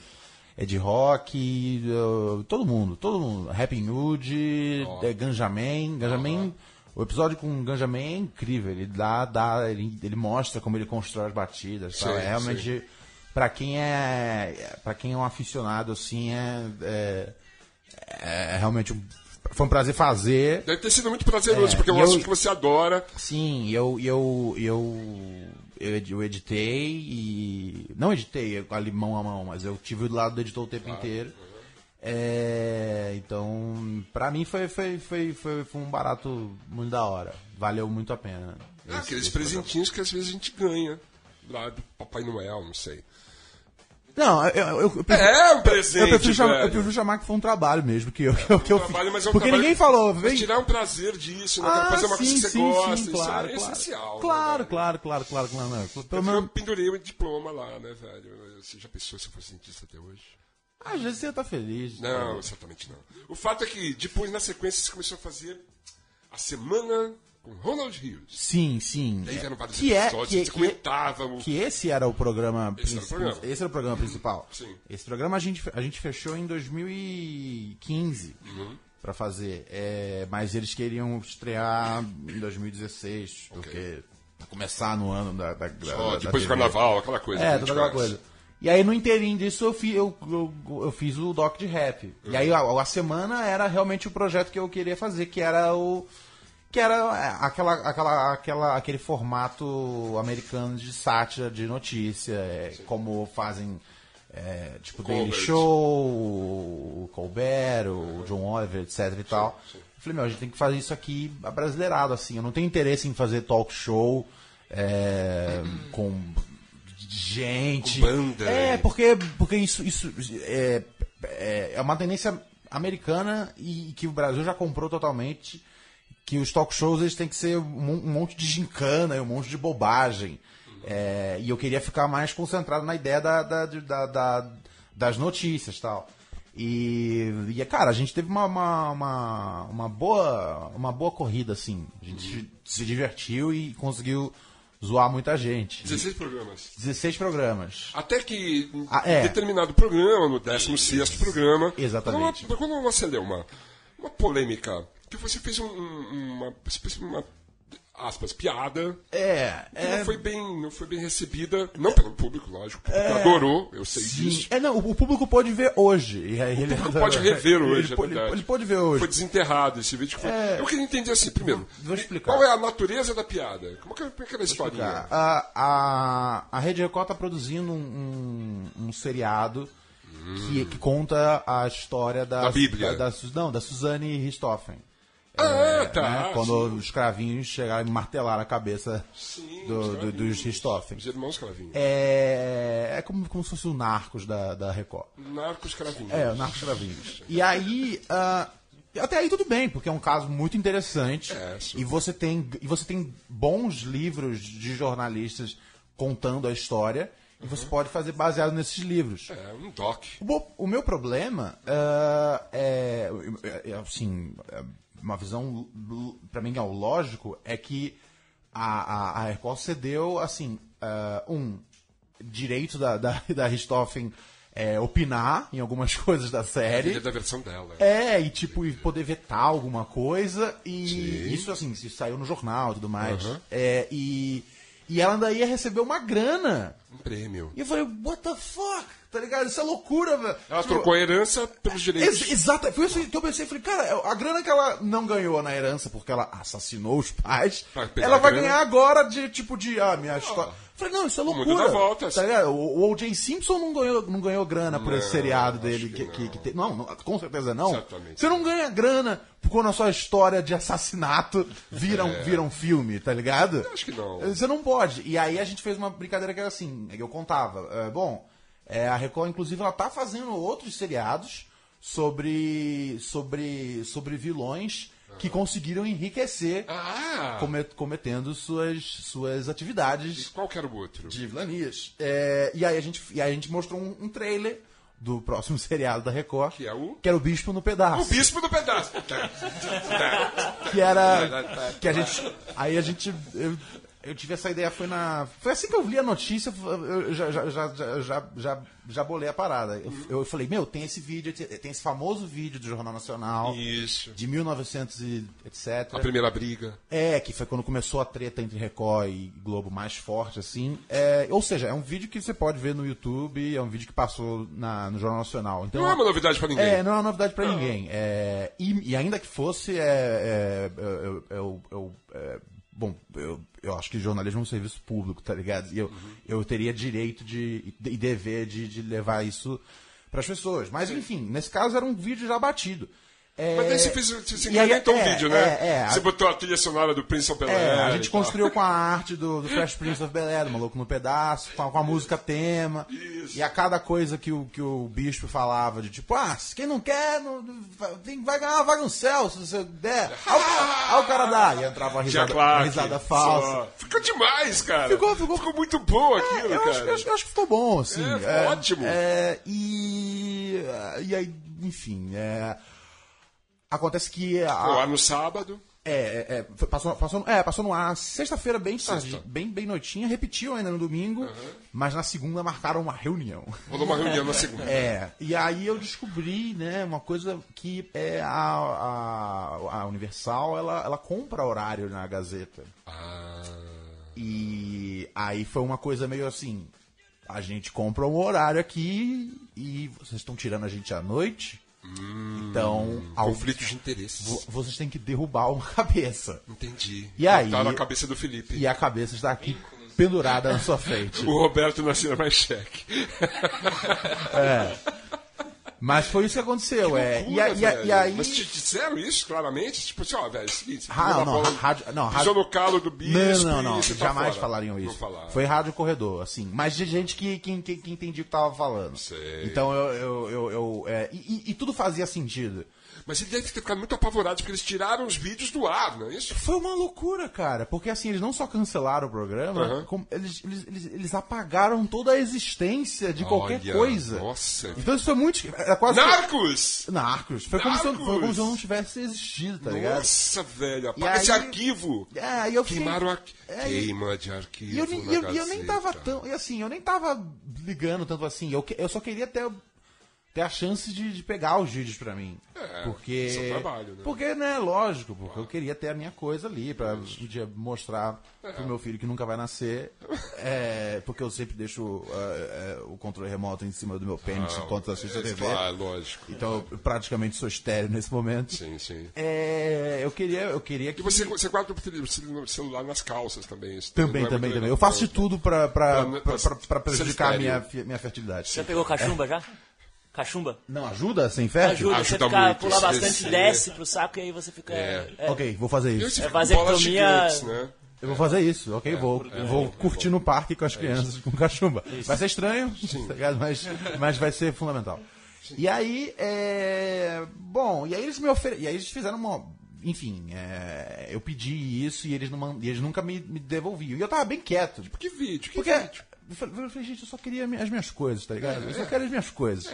S4: Ed Rock, ah, todo mundo, todo mundo. Happy Nude, é, Ganjamin. Ganjamin, o episódio com Ganjamin é incrível. Ele dá, dá ele, ele mostra como ele constrói as batidas. tal.
S2: Sim,
S4: É realmente, pra quem é, pra quem é um aficionado assim, é- é é realmente um- foi um prazer fazer.
S2: Deve ter sido muito prazeroso,
S4: É,
S2: porque é um
S4: e eu-
S2: assunto que você adora.
S4: Sim, e eu, e eu, e eu, eu, ed- eu editei e. Não editei eu- ali mão a mão, mas eu tive do lado do editor o tempo inteiro.
S2: Uhum.
S4: É, então, pra mim foi, foi, foi, foi, foi um barato muito da hora. Valeu muito a pena.
S2: Ah,
S4: Esse-
S2: aqueles
S4: esse
S2: presentinhos que às vezes a gente ganha lá do Papai Noel, não sei.
S4: programa. Não, eu, eu, eu, eu prefiro-
S2: É um
S4: eu
S2: presente,
S4: prefiro chamar,
S2: velho.
S4: eu prefiro chamar que foi um trabalho mesmo, que eu, que eu- que eu fiz.
S2: trabalho, mas é um
S4: Porque
S2: trabalho
S4: ninguém falou,
S2: Mas
S4: vem,
S2: tirar um prazer disso, né?
S4: Ah,
S2: fazer uma coisa que você gosta, isso
S4: claro,
S2: é
S4: claro.
S2: essencial.
S4: Claro,
S2: né, velho?
S4: claro, claro, claro, claro. não. Pelo
S2: Eu
S4: menos,
S2: pendurei o diploma lá, né, velho? Você já pensou se eu fosse cientista até hoje?
S4: às vezes você tá feliz.
S2: Não, certamente não. O fato é que depois, na sequência, você começou a fazer a semana com Ronald Hughes.
S4: Sim, sim.
S2: Daí vieram vários
S4: que é,
S2: episódios,
S4: que,
S2: você
S4: que, é-
S2: comentava. o-
S4: que esse era o programa
S2: Esse era o
S4: princi-
S2: programa.
S4: Esse era o programa principal.
S2: Sim.
S4: Esse programa a gente, a gente fechou em 2015
S2: Uhum.
S4: pra fazer. É, mas eles queriam estrear em 2016, porque pra começar no ano da. da, da-
S2: Ó,
S4: da-
S2: depois do
S4: da TV.
S2: carnaval, aquela coisa.
S4: né? É,
S2: né,
S4: toda
S2: tipo,
S4: aquela coisa. E aí, no inteirinho disso, eu, fi, eu, eu, eu fiz o doc de rap. E aí, a, a semana era realmente o projeto que eu queria fazer, que era o... Que era é, aquela, aquela, aquela, aquele formato americano de sátira, de notícia, é, como fazem, é, tipo, Daily
S2: Colbert.
S4: Show, o Colbert, o John Oliver, etc e tal. Eu falei, meu, a gente tem que fazer isso aqui abrasileirado, assim. Eu não tenho interesse em fazer talk show é, com gente.
S2: Com banda.
S4: É, porque, porque isso, isso é, é, é uma tendência americana e que o Brasil já comprou totalmente. Que os talk shows eles têm que ser um, mon- um monte de gincana e um monte de bobagem. É, e eu queria ficar mais concentrado na ideia da, da, de- da- da- das notícias e tal. E, e, cara, a gente teve uma, uma, uma, uma boa, uma boa corrida, assim. A gente se divertiu e conseguiu zoar muita gente.
S2: 16 programas.
S4: 16 programas.
S2: Até que em
S4: Ah, é.
S2: determinado programa, no 16 programa.
S4: Exatamente.
S2: Quando, quando acendeu uma, uma polêmica, que você fez um- um- uma espécie de uma, aspas, piada.
S4: É,
S2: que
S4: é.
S2: Não, foi bem, não foi bem recebida, não pelo público, lógico. O público adorou, eu sei
S4: É. Sim.
S2: disso.
S4: É, não, o público pode ver hoje. E aí ele
S2: Ele pode rever hoje,
S4: ele,
S2: é
S4: po- ele,
S2: verdade.
S4: ele pode ver hoje.
S2: Foi desenterrado esse vídeo. que foi-
S4: É.
S2: Eu queria entender assim, primeiro.
S4: Vou explicar.
S2: Qual é a natureza da piada? Como é que, como é que era a historinha?
S4: Cara, a, a, a Rede Record tá produzindo um, um, um seriado que, que conta a história da,
S2: Hum. Da Bíblia.
S4: Da, da Su- não, da Suzane Richthofen.
S2: Ah,
S4: né?
S2: tá.
S4: Quando os escravinhos chegaram e martelaram a cabeça
S2: Sim,
S4: do-
S2: os
S4: do- dos
S2: escravinhos.
S4: Richthofen.
S2: Os irmãos Cravinho.
S4: É, é como, como se fosse o Narcos da, da Record.
S2: Narcos Cravinho.
S4: É, o Narcos Cravinhos. E aí. ah, até aí tudo bem, porque é um caso muito interessante.
S2: É, super.
S4: e, você tem, e você tem bons livros de jornalistas contando a história. E você
S2: Uhum.
S4: pode fazer baseado nesses livros.
S2: É, um doc.
S4: O, bo- o meu problema ah, é, é, é, Assim, é uma visão, l- pra mim, é o lógico, é que a, a, a Record cedeu, assim, ah, um, direito da, da, da Richthofen é, opinar em algumas coisas da
S2: Ele é
S4: série.
S2: da versão dela.
S4: É, e tipo, e poder vetar alguma coisa. E isso, assim, isso saiu no jornal e tudo mais. É, e, e ela ainda ia receber uma grana.
S2: Um prêmio.
S4: E eu falei, what the fuck? Tá ligado? Isso é loucura, velho.
S2: Ela
S4: Tipo,
S2: trocou a herança pelos direitos.
S4: Ex exato, foi isso que eu pensei, falei, cara, é, a grana que ela não ganhou na herança porque ela assassinou os pais,
S2: Vai pegar
S4: ela
S2: a
S4: vai
S2: grana.
S4: ganhar agora de tipo de ah, minha história. Falei, não, isso é
S2: mundo
S4: loucura.
S2: dá voltas.
S4: Tá ligado? O o O.J. Simpson não ganhou, não ganhou grana por esse
S2: Não,
S4: seriado
S2: acho
S4: dele
S2: que
S4: que,
S2: não.
S4: que- que tem- não. não, com certeza não.
S2: Certamente.
S4: Você não ganha grana quando a sua história de assassinato vira,
S2: É.
S4: um, vira um filme, tá ligado?
S2: Acho que não.
S4: Você não pode. E aí a gente fez uma brincadeira que era assim, que eu contava. É, bom, é, a Record, inclusive, ela tá fazendo outros seriados sobre. sobre. sobre vilões que conseguiram enriquecer
S2: Ah!
S4: come- cometendo suas, suas
S2: E
S4: atividades
S2: qual que era o outro?
S4: de vilanias. É, e, aí a gente, e aí a gente mostrou um, um trailer do próximo seriado da Record.
S2: Que é o-
S4: Que era o Bispo no Pedaço.
S2: O bispo do pedaço. Tá. É
S4: Que era. Que a gente. Aí a gente. eu- Eu tive essa ideia, foi na. Foi assim que eu li a notícia, eu já, já, já, já, já, já, já bolei a parada. Eu, eu falei, meu, tem esse vídeo, tem esse famoso vídeo do Jornal Nacional.
S2: Isso.
S4: De 1900 e etc.
S2: A primeira briga.
S4: É, que foi quando começou a treta entre Record e Globo mais forte, assim. É, ou seja, é um vídeo que você pode ver no YouTube, é um vídeo que passou na- no Jornal Nacional. Então,
S2: Não é uma novidade pra ninguém.
S4: é, não é uma novidade pra ninguém. É, e, e ainda que fosse, é, é, eu, eu- eu- é, bom, eu, eu acho que jornalismo é um serviço público, tá ligado? E eu,
S2: Uhum.
S4: eu teria direito de, e dever de, de levar isso pras pessoas. Mas, enfim, nesse caso era um vídeo já batido. É,
S2: Mas daí você fez você
S4: e aí-
S2: incrementou um
S4: é,
S2: vídeo,
S4: é,
S2: né?
S4: é, a-
S2: você botou a trilha sonora do Prince of Bel
S4: é,
S2: Air.
S4: a gente
S2: e tal.
S4: construiu com a arte do, do Fresh Prince of Bel-Air, do Maluco no Pedaço, com a, com a música tema. E a cada coisa que o, que o bispo falava, de tipo, ah, se quem não quer, não- vem- vai ganhar uma vaga no céu, se você der. Olha o cara dá. E entrava uma
S2: Tinha
S4: risada, uma
S2: Clark,
S4: risada falsa.
S2: só. Ficou demais, cara.
S4: Ficou, ficou.
S2: muito bom
S4: É,
S2: aquilo,
S4: eu,
S2: cara.
S4: acho, eu acho- eu acho que ficou bom, assim.
S2: É, ficou ótimo.
S4: é, e, e aí, enfim, é, acontece que... a-
S2: Foi lá no sábado.
S4: é, é, é, foi- passou, passou, é, passou no ar sexta-feira, bem,
S2: Sexta.
S4: tarde, bem, bem noitinha, repetiu ainda no domingo, mas na segunda marcaram uma reunião.
S2: Rolou uma reunião na segunda.
S4: É, e aí eu descobri, né, uma coisa que é a, a, a Universal, ela, ela compra horário na Gazeta.
S2: Ah,
S4: E aí foi uma coisa meio assim, a gente compra um horário aqui e vocês estão tirando a gente à noite,
S2: Hum.
S4: então ao,
S2: conflito de interesses.
S4: vo- vocês têm que derrubar uma cabeça.
S2: Entendi.
S4: E aí?
S2: Tá na cabeça do Felipe.
S4: e a cabeça está aqui pendurada na sua frente.
S2: O Roberto não assina mais cheque.
S4: Mas foi isso que aconteceu, é. E, a- e a- e
S2: velho.
S4: aí.
S2: Mas te disseram isso claramente? Tipo assim, ó, velho, é o seguinte, você
S4: Ah,
S2: pegou na
S4: não,
S2: bola-
S4: rádio- não,
S2: pisou
S4: rádio-
S2: no calo do bispo
S4: Não, não, não,
S2: e você tá
S4: jamais
S2: fora.
S4: falariam
S2: Não
S4: isso.
S2: falaram.
S4: Foi rádio corredor, assim. Mas de gente que, que, que, que entendia o que tava falando.
S2: Sei.
S4: Então eu. eu, eu, eu, é, e, e- e tudo fazia sentido.
S2: Mas ele deve ter ficado muito apavorado, porque eles tiraram os vídeos do ar, não é isso?
S4: Foi uma loucura, cara. Porque assim, eles não só cancelaram o programa,
S2: Aham.
S4: como eles, eles, eles, eles apagaram toda a existência de qualquer
S2: Olha,
S4: coisa. assim,
S2: nossa.
S4: Então isso foi muito. Era quase.
S2: Narcos!
S4: Narcos. Foi como, Se, eu, foi
S2: Narcos!
S4: como se eu não tivesse existido, tá ligado?
S2: Nossa, velho,
S4: E
S2: apaga esse
S4: aí-
S2: arquivo!
S4: É, aí eu fiquei-
S2: Queimaram arqui...
S4: É, e-
S2: Queima de arquivo.
S4: E eu, nem-
S2: na
S4: e eu- e eu nem
S2: Gazeta.
S4: tava tão. E assim, eu nem tava ligando tanto assim. Eu, que- eu só queria ter, ter a chance de, de pegar os vídeos pra mim.
S2: É,
S4: porque.
S2: seu trabalho, né? É
S4: Porque, né, lógico, porque eu queria ter a minha coisa ali pra um dia mostrar pro meu filho que nunca vai nascer. É, porque eu sempre deixo ah, é, o controle remoto em cima do meu pênis enquanto tá assisto a
S2: É,
S4: TV.
S2: claro, lógico.
S4: Então eu praticamente sou estéreo nesse momento.
S2: Sim, sim.
S4: É, eu queria, eu queria
S2: E
S4: que.
S2: você, você guarda o celular nas calças também. isso
S4: Também,
S2: não é muito
S4: também,
S2: legal.
S4: também. Eu faço de tudo pra, pra,
S2: Pra-
S4: pra, pra- pra prejudicar a
S2: ser
S4: minha,
S2: estéril.
S4: fi- minha fertilidade.
S5: Já pegou cachumba já? Cachumba?
S4: Não ajuda a ser infértil?
S5: Ajuda,
S2: Ajuda
S5: você fica,
S2: tá muito,
S5: pula
S2: esse-
S5: bastante,
S2: esse-
S5: desce pro saco e aí você fica.
S2: É.
S5: é,
S4: Ok, vou fazer
S2: Eu É,
S4: isso.
S2: tive
S5: vasectomia-
S2: bolas gigantes, né?
S4: Eu vou fazer isso, ok? vou vou curtir no parque
S2: É
S4: com as crianças com cachumba. Vai ser estranho, tá ligado? mas, mas vai ser fundamental. E aí, é... bom, e aí eles me ofereceram. E aí eles fizeram uma. Enfim, é, eu pedi isso e eles, não, man- e eles nunca me, me devolviam. E eu tava bem quieto.
S2: Que vídeo? Que
S4: Porque
S2: vídeo?
S4: eu falei, eu falei, gente, eu só queria mi- as minhas coisas, tá ligado? Eu só quero as minhas coisas.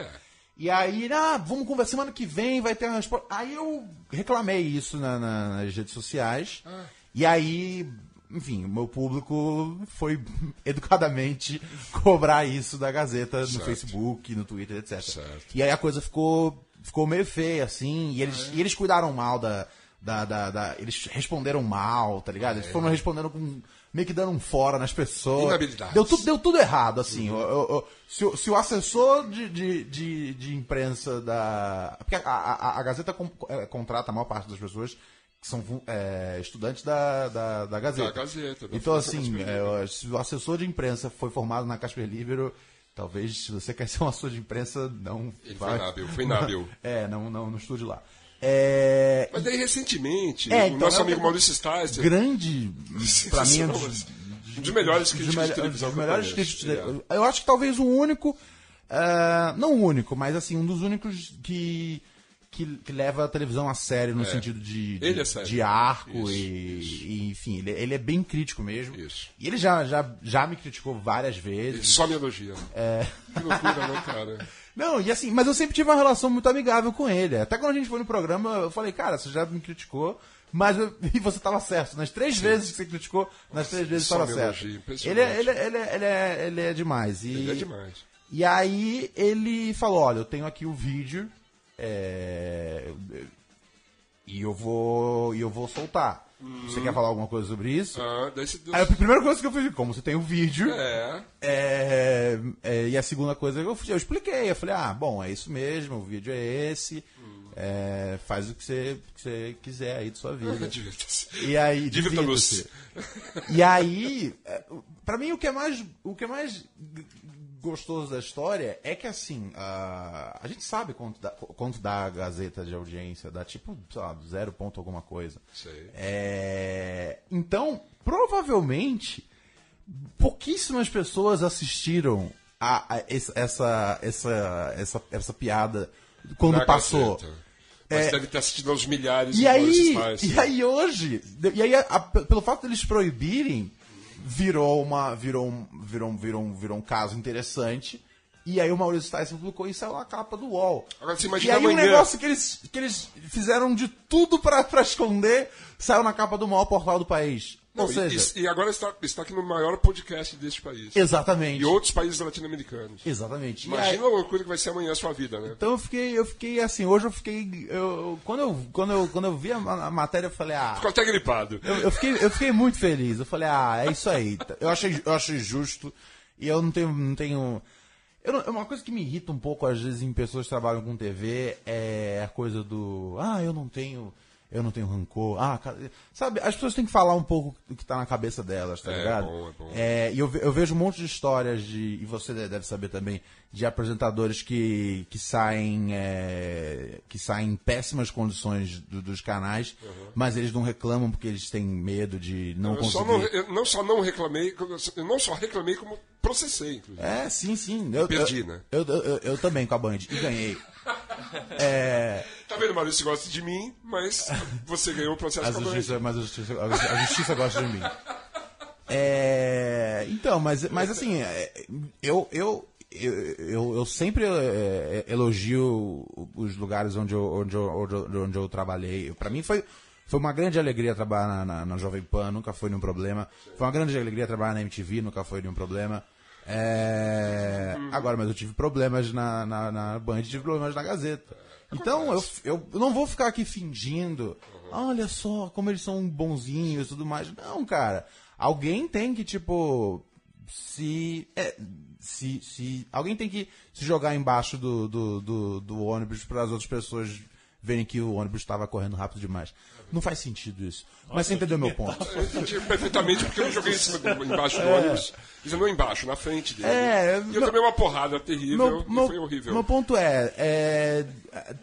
S4: E aí, ah, vamos conversar semana que vem, vai ter uma resposta. Aí eu reclamei isso na- na- nas redes sociais. E aí, enfim, o meu público foi educadamente cobrar isso da Gazeta no Facebook, no Twitter, etc.
S2: Certo.
S4: E aí a coisa ficou, ficou meio feia, assim, e eles, e eles cuidaram mal da, da, da- da- Eles responderam mal, tá ligado? Eles foram respondendo com. meio que dando um fora nas pessoas.
S2: Inabilidades.
S4: Deu, tudo deu tudo errado, assim. Eu- eu- eu- se, o- se o assessor de, de, de, de imprensa da. Porque a, a- a- a Gazeta com- eh, contrata a maior parte das pessoas. Que são eh, estudantes da, da, da Gazeta.
S2: Da Gazeta, da
S4: então,
S2: Fundação
S4: assim,
S2: Casper
S4: eh, se o assessor de imprensa foi formado na Casper Libero, talvez se você quer ser um assessor de imprensa, não
S2: Ele
S4: vá-
S2: foi inábil, foi inábil.
S4: é, não, não, não estude lá. É,
S2: Mas daí, recentemente,
S4: É,
S2: o
S4: então,
S2: nosso
S4: é um
S2: amigo
S4: tempo-
S2: Maurício Sticer...
S4: grande, pra mim, é um dos,
S2: Um dos melhores
S4: dos
S2: críticos
S4: melhores-
S2: de televisão
S4: dos
S2: que eu
S4: melhores
S2: conheço, É.
S4: críticos de televisão. Eu acho que talvez o único, ah, não o único, mas assim, um dos únicos que, que, que leva a televisão a sério no sentido de, de,
S2: Ele é sério.
S4: de arco
S2: Isso,
S4: e, e, enfim, ele, ele é bem crítico mesmo.
S2: Isso.
S4: E ele já, já, já me criticou várias vezes.
S2: Ele só me elogia. É. Que loucura, né, cara?
S4: Não, e assim, mas eu sempre tive uma relação muito amigável com ele. Até quando a gente foi no programa, eu falei, cara, você já me criticou, mas eu- e você tava certo. Nas três vezes que você criticou, nas três vezes
S2: só
S4: tava
S2: me
S4: certo.
S2: é um elogio,
S4: Ele, é-
S2: impressionante.
S4: ele, é- ele, é- ele, é, ele é demais. E,
S2: Ele é demais.
S4: E aí ele falou, olha, eu tenho aqui o vídeo é, e eu vou e eu vou soltar. Você quer falar alguma coisa sobre isso?
S2: Uhum. Ah, daí você deu...
S4: Aí a primeira coisa que eu fiz, como você tem o vídeo,
S2: É,
S4: é, é, e a segunda coisa que eu, eu expliquei, eu falei, ah, bom, é isso mesmo, o vídeo é esse, é, faz o que você, que você quiser aí de sua vida.
S2: divirta-se.
S4: E aí,
S2: Divirta-nos.
S4: divirta-se. E aí, é, pra mim o que é mais, o que é mais g- g- gostoso da história é que assim, a, a gente sabe quanto dá, quanto dá a Gazeta de audiência, dá tipo, sei lá, zero ponto alguma coisa.
S2: Sei.
S4: É, então, provavelmente, pouquíssimas pessoas assistiram a, a esse- essa, essa, essa, essa piada quando
S2: Na
S4: passou. É.
S2: Gazeta. Mas deve ter assistido aos milhares
S4: E
S2: de
S4: aí,
S2: Boris Spice.
S4: e aí hoje, e aí a- a- pelo fato deles proibirem, virou uma virou um, virou um, virou um, virou um caso interessante. E aí o Maurício Tyson publicou e saiu na capa do UOL.
S2: Agora você
S4: e
S2: imagina
S4: aí um
S2: amanhã.
S4: negócio que eles, que eles fizeram de tudo pra, pra esconder, saiu na capa do maior portal do país.
S2: Não,
S4: Ou
S2: e-
S4: seja,
S2: e, e agora está, está aqui no maior podcast deste país.
S4: exatamente.
S2: E outros países latino-americanos.
S4: Exatamente. E aí-
S2: Imagina a loucura que vai ser amanhã a sua vida, né?
S4: Então eu fiquei, eu fiquei assim, hoje eu fiquei. Eu, quando, eu, quando, eu, quando eu vi a, ma- a matéria, eu falei, ah.
S2: Ficou até gripado.
S4: Eu, eu fiquei, eu fiquei muito feliz. Eu falei, ah, é isso aí. Eu achei, eu achei justo. E eu não tenho. Não tenho eu não- é uma coisa que me irrita um pouco, às vezes, em pessoas que trabalham com TV, é a coisa do. Ah, eu não tenho. Eu não tenho rancor. Ah, cara, sabe, as pessoas têm que falar um pouco do que tá na cabeça delas, tá
S2: É,
S4: ligado?
S2: bom, é bom.
S4: É, e eu, ve- eu vejo um monte de histórias de. E você de- deve saber também, de apresentadores que, que saem. é, que saem em péssimas condições do- dos canais, mas eles não reclamam porque eles têm medo de não
S2: Uhum. Eu só
S4: conseguir.
S2: não, eu não só não reclamei, como- eu não só reclamei, como processei, inclusive.
S4: É, sim, sim. Eu,
S2: Perdi,
S4: eu-
S2: né?
S4: Eu, eu, eu- eu também com a Band. E ganhei. É.
S2: Tá vendo, Maurício gosta de mim, mas você ganhou o processo
S4: Mas a
S2: com a Band.
S4: justiça, mas a justiça, a justiça gosta de mim. É, então, mas, mas assim, é, eu, eu, eu, eu, eu sempre é, elogio os lugares onde eu, onde eu, onde eu, onde eu trabalhei. Pra mim foi, foi uma grande alegria trabalhar na, na, na Jovem Pan, nunca foi nenhum problema. Foi uma grande alegria trabalhar na MTV, nunca foi nenhum problema. É, agora, mas eu tive problemas na, na, na Band, tive problemas na Gazeta. Então, eu, eu eu não vou ficar aqui fingindo, olha só como eles são bonzinhos e tudo mais. Não, cara. Alguém tem que, tipo, se. é, se, se alguém tem que se jogar embaixo do, do, do, do ônibus para as outras pessoas verem que o ônibus estava correndo rápido demais. Não faz sentido isso. Mas você entendeu meu ponto.
S2: Eu entendi perfeitamente porque eu joguei em cima do, embaixo do ônibus. Isso não embaixo, na frente dele.
S4: É,
S2: e eu
S4: meu-
S2: tomei uma porrada terrível
S4: meu, meu,
S2: e foi horrível.
S4: meu ponto é, é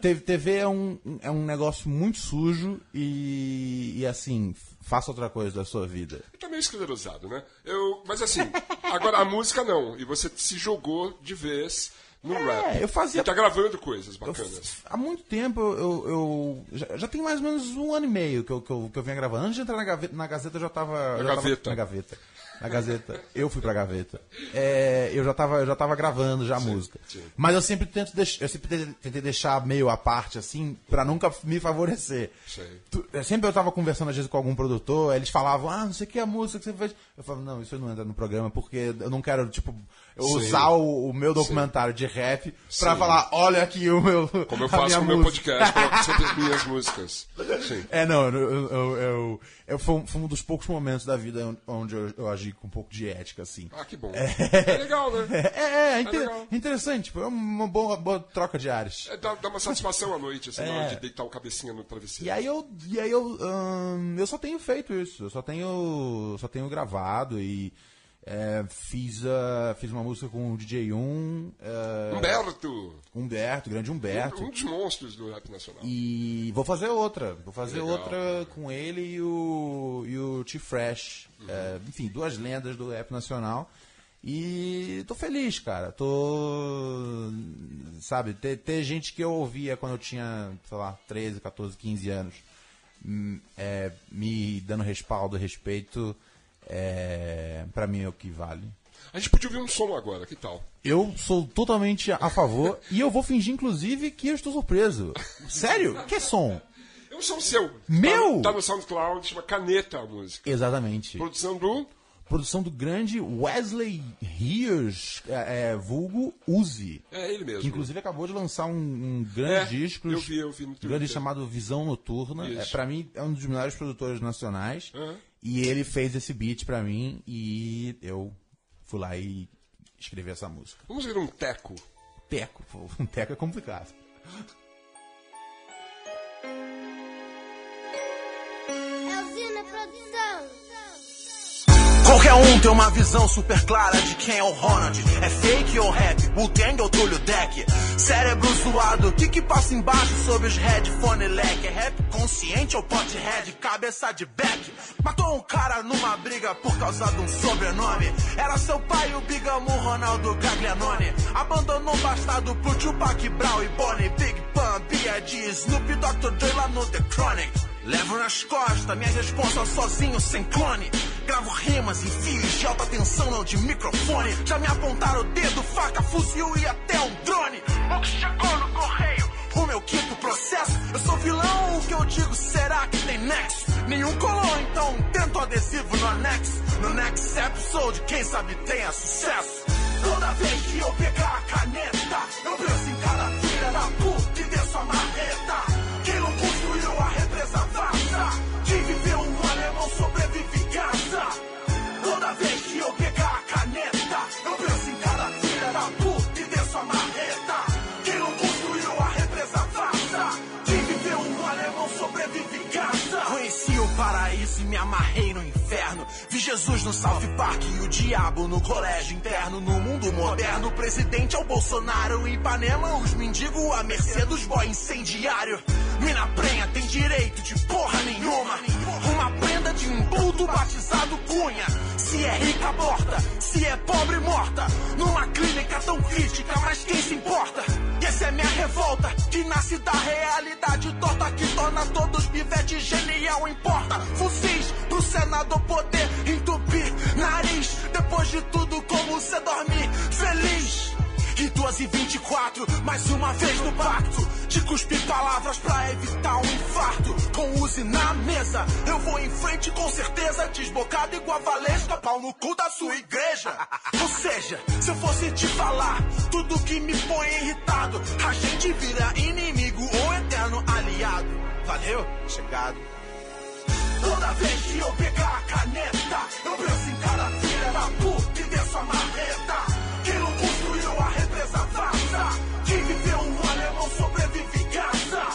S4: te- TV é um, é um negócio muito sujo e, e assim, faça outra coisa da sua vida.
S2: Tá meio esclerosado, né? Eu, mas assim, agora a música não. E você se jogou de vez no rap.
S4: É, eu fazia-
S2: E tá gravando coisas
S4: Eu-
S2: bacanas.
S4: há muito tempo eu, eu- já, já tem mais ou menos um ano e meio que eu, que eu, que eu vinha gravando. Antes de entrar na gaveta, na Gazeta eu já tava. eu já tava-
S2: Gaveta.
S4: na gaveta. Na Gazeta. Eu fui pra gaveta. É, eu, já tava, eu já tava gravando já a música. Mas eu sempre tento deix- eu sempre te- tentei deixar meio à parte, assim, pra nunca me favorecer.
S2: Sei.
S4: Tu- é, Sempre eu tava conversando às vezes com algum produtor, aí eles falavam, ah, não sei o que é a música que você fez. Eu falava, não, isso não entra no programa, porque eu não quero, tipo, eu
S2: Sim.
S4: usar o, o meu documentário de rap pra falar, olha aqui o meu.
S2: Como eu
S4: a
S2: faço
S4: minha
S2: com o meu
S4: música.
S2: podcast, coloco sempre as minhas músicas. Sim.
S4: É, não, eu, eu, eu- eu- eu- foi, um, foi um dos poucos momentos da vida onde eu, eu agi com um pouco de ética, assim.
S2: Ah, que bom. É legal, né?
S4: É, é, é, inter-
S2: legal.
S4: interessante, foi uma boa, boa troca de ares.
S2: É, dá, dá uma satisfação à noite, assim, na
S4: É.
S2: hora de deitar o cabecinha no travesseiro.
S4: E aí eu, e aí eu, ahn, eu só tenho feito isso, eu só tenho, só tenho gravado e é, fiz, a, fiz uma música com o DJ Um, é,
S2: Humberto!
S4: Humberto, grande Humberto.
S2: Um dos monstros do rap nacional.
S4: E vou fazer outra. Vou fazer
S2: Legal,
S4: outra com ele e o, e o T-Fresh. É, enfim, duas lendas do rap nacional. E tô feliz, cara. Tô. Sabe, ter, ter gente que eu ouvia quando eu tinha, sei lá, 13, 14, 15 anos, hum, é, me dando respaldo, respeito, é, pra mim é o que vale.
S2: A gente podia ouvir um som agora, que tal?
S4: Eu sou totalmente a favor e eu vou fingir, inclusive, que eu estou surpreso. Sério? Que som?
S2: É um som seu.
S4: Meu?
S2: Tá, tá no SoundCloud, chama Caneta a música.
S4: Exatamente.
S2: Produção do.
S4: Produção do grande Wesley Hirsch, é, é, vulgo Uzi.
S2: É ele mesmo.
S4: Que inclusive acabou de lançar um, um grande
S2: É,
S4: disco.
S2: eu vi, eu vi no
S4: um
S2: Twitter.
S4: grande chamado Visão Noturna. É,
S2: Isso.
S4: para mim, é um dos melhores produtores nacionais.
S2: Aham.
S4: E ele fez esse beat pra mim e eu fui lá e escrevi essa música.
S2: Vamos ver um teco.
S4: Teco, pô. Um teco é complicado.
S6: Elzina Produção.
S8: Qualquer um tem uma visão super clara de quem é o Ronald. É fake ou rap? Wu-Tang ou Tulio Deck? Cérebro zoado, o que que passa embaixo sobre os headphone leque? É rap consciente ou pothead? Cabeça de back? Matou um cara numa briga por causa de um sobrenome. Era seu pai o bigamo Ronaldo Gaglianone. Abandonou o bastardo pro Tupac, Brown e Bonnie. Big Pun, B.I.G., Snoop, Dr. Dre lá no The Chronic. Levo nas costas, minhas responsas sozinho, sem clone. Gravo rimas em fios de alta tensão, não de microfone. Já me apontaram o dedo, faca, fuzil e até um drone. O que chegou no correio, o meu quinto processo. Eu sou vilão, o que eu digo será que tem nexo? Nenhum colou, então tento adesivo no anexo. No next episode, quem sabe tenha sucesso. Toda vez que eu pegar a caneta, eu penso em cada filha da puta e desço a marreta. Quem não construiu a represa vaza Quem viveu um alemão sobrevive em casa Toda vez que eu pegar a caneta Eu penso em cada filha da puta e desço a marreta Quem não construiu a represa vaza Quem viveu um alemão sobrevive em casa Conheci o paraíso e me amarrei no inferno Vi Jesus no South Park e o diabo no colégio interno No mundo moderno, o presidente é o Bolsonaro Em Ipanema, os mendigos à mercê dos boy incendiário Mina prenha tem direito de porra nenhuma Uma prenda de um bruto batizado cunha Se é rica, aborta, se é pobre, morta Numa clínica tão crítica, mas quem se importa? E essa é minha revolta, que nasce da realidade torta Que torna todos pivete genial, importa Fuzis pro senador poder entupir nariz Depois de tudo, como você dormir feliz e 2 e 24, mais uma vez no pacto De cuspir palavras pra evitar um infarto Com Uzi na mesa, eu vou em frente com certeza Desbocado igual a Valesca, pau no cu da sua igreja Ou seja, se eu fosse te falar Tudo que me põe irritado A gente vira inimigo ou eterno aliado Valeu, chegado Toda vez que eu pegar a caneta, eu penso em cada filha da puta e desço a marreta. Quem não construiu a represa vaza, quem viveu um alemão sobrevive em casa.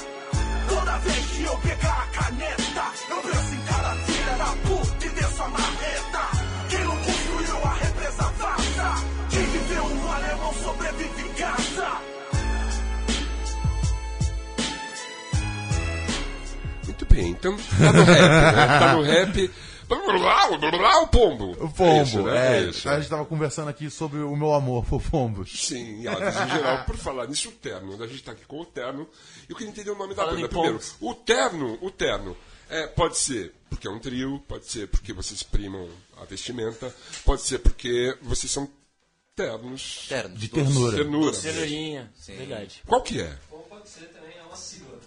S8: Toda vez que eu pegar a caneta, eu penso em cada filha da puta e desço a marreta. Quem não construiu a represa vaza, quem viveu um alemão sobrevive em casa.
S2: Muito bem, então tá no rap, né? Tá no rap. Blá, blá, blá, blá, o pombo.
S4: O pombo,
S2: É isso,
S4: é,
S2: né? É isso,
S4: a
S2: né?
S4: gente tava conversando aqui sobre o meu amor por pombos.
S2: Sim, e, ó, em geral, por falar nisso, o terno. né? A gente tá aqui com o terno. E eu queria entender o nome da
S5: Falando
S2: banda.
S5: em
S2: Primeiro,
S5: pombos.
S2: o terno, o terno. É, pode ser porque é um trio, pode ser porque vocês primam a vestimenta, pode ser porque vocês são ternos.
S1: Ternos.
S4: De
S1: todos.
S4: ternura.
S2: Ternura.
S5: Cenourinha. Verdade.
S2: Qual que é?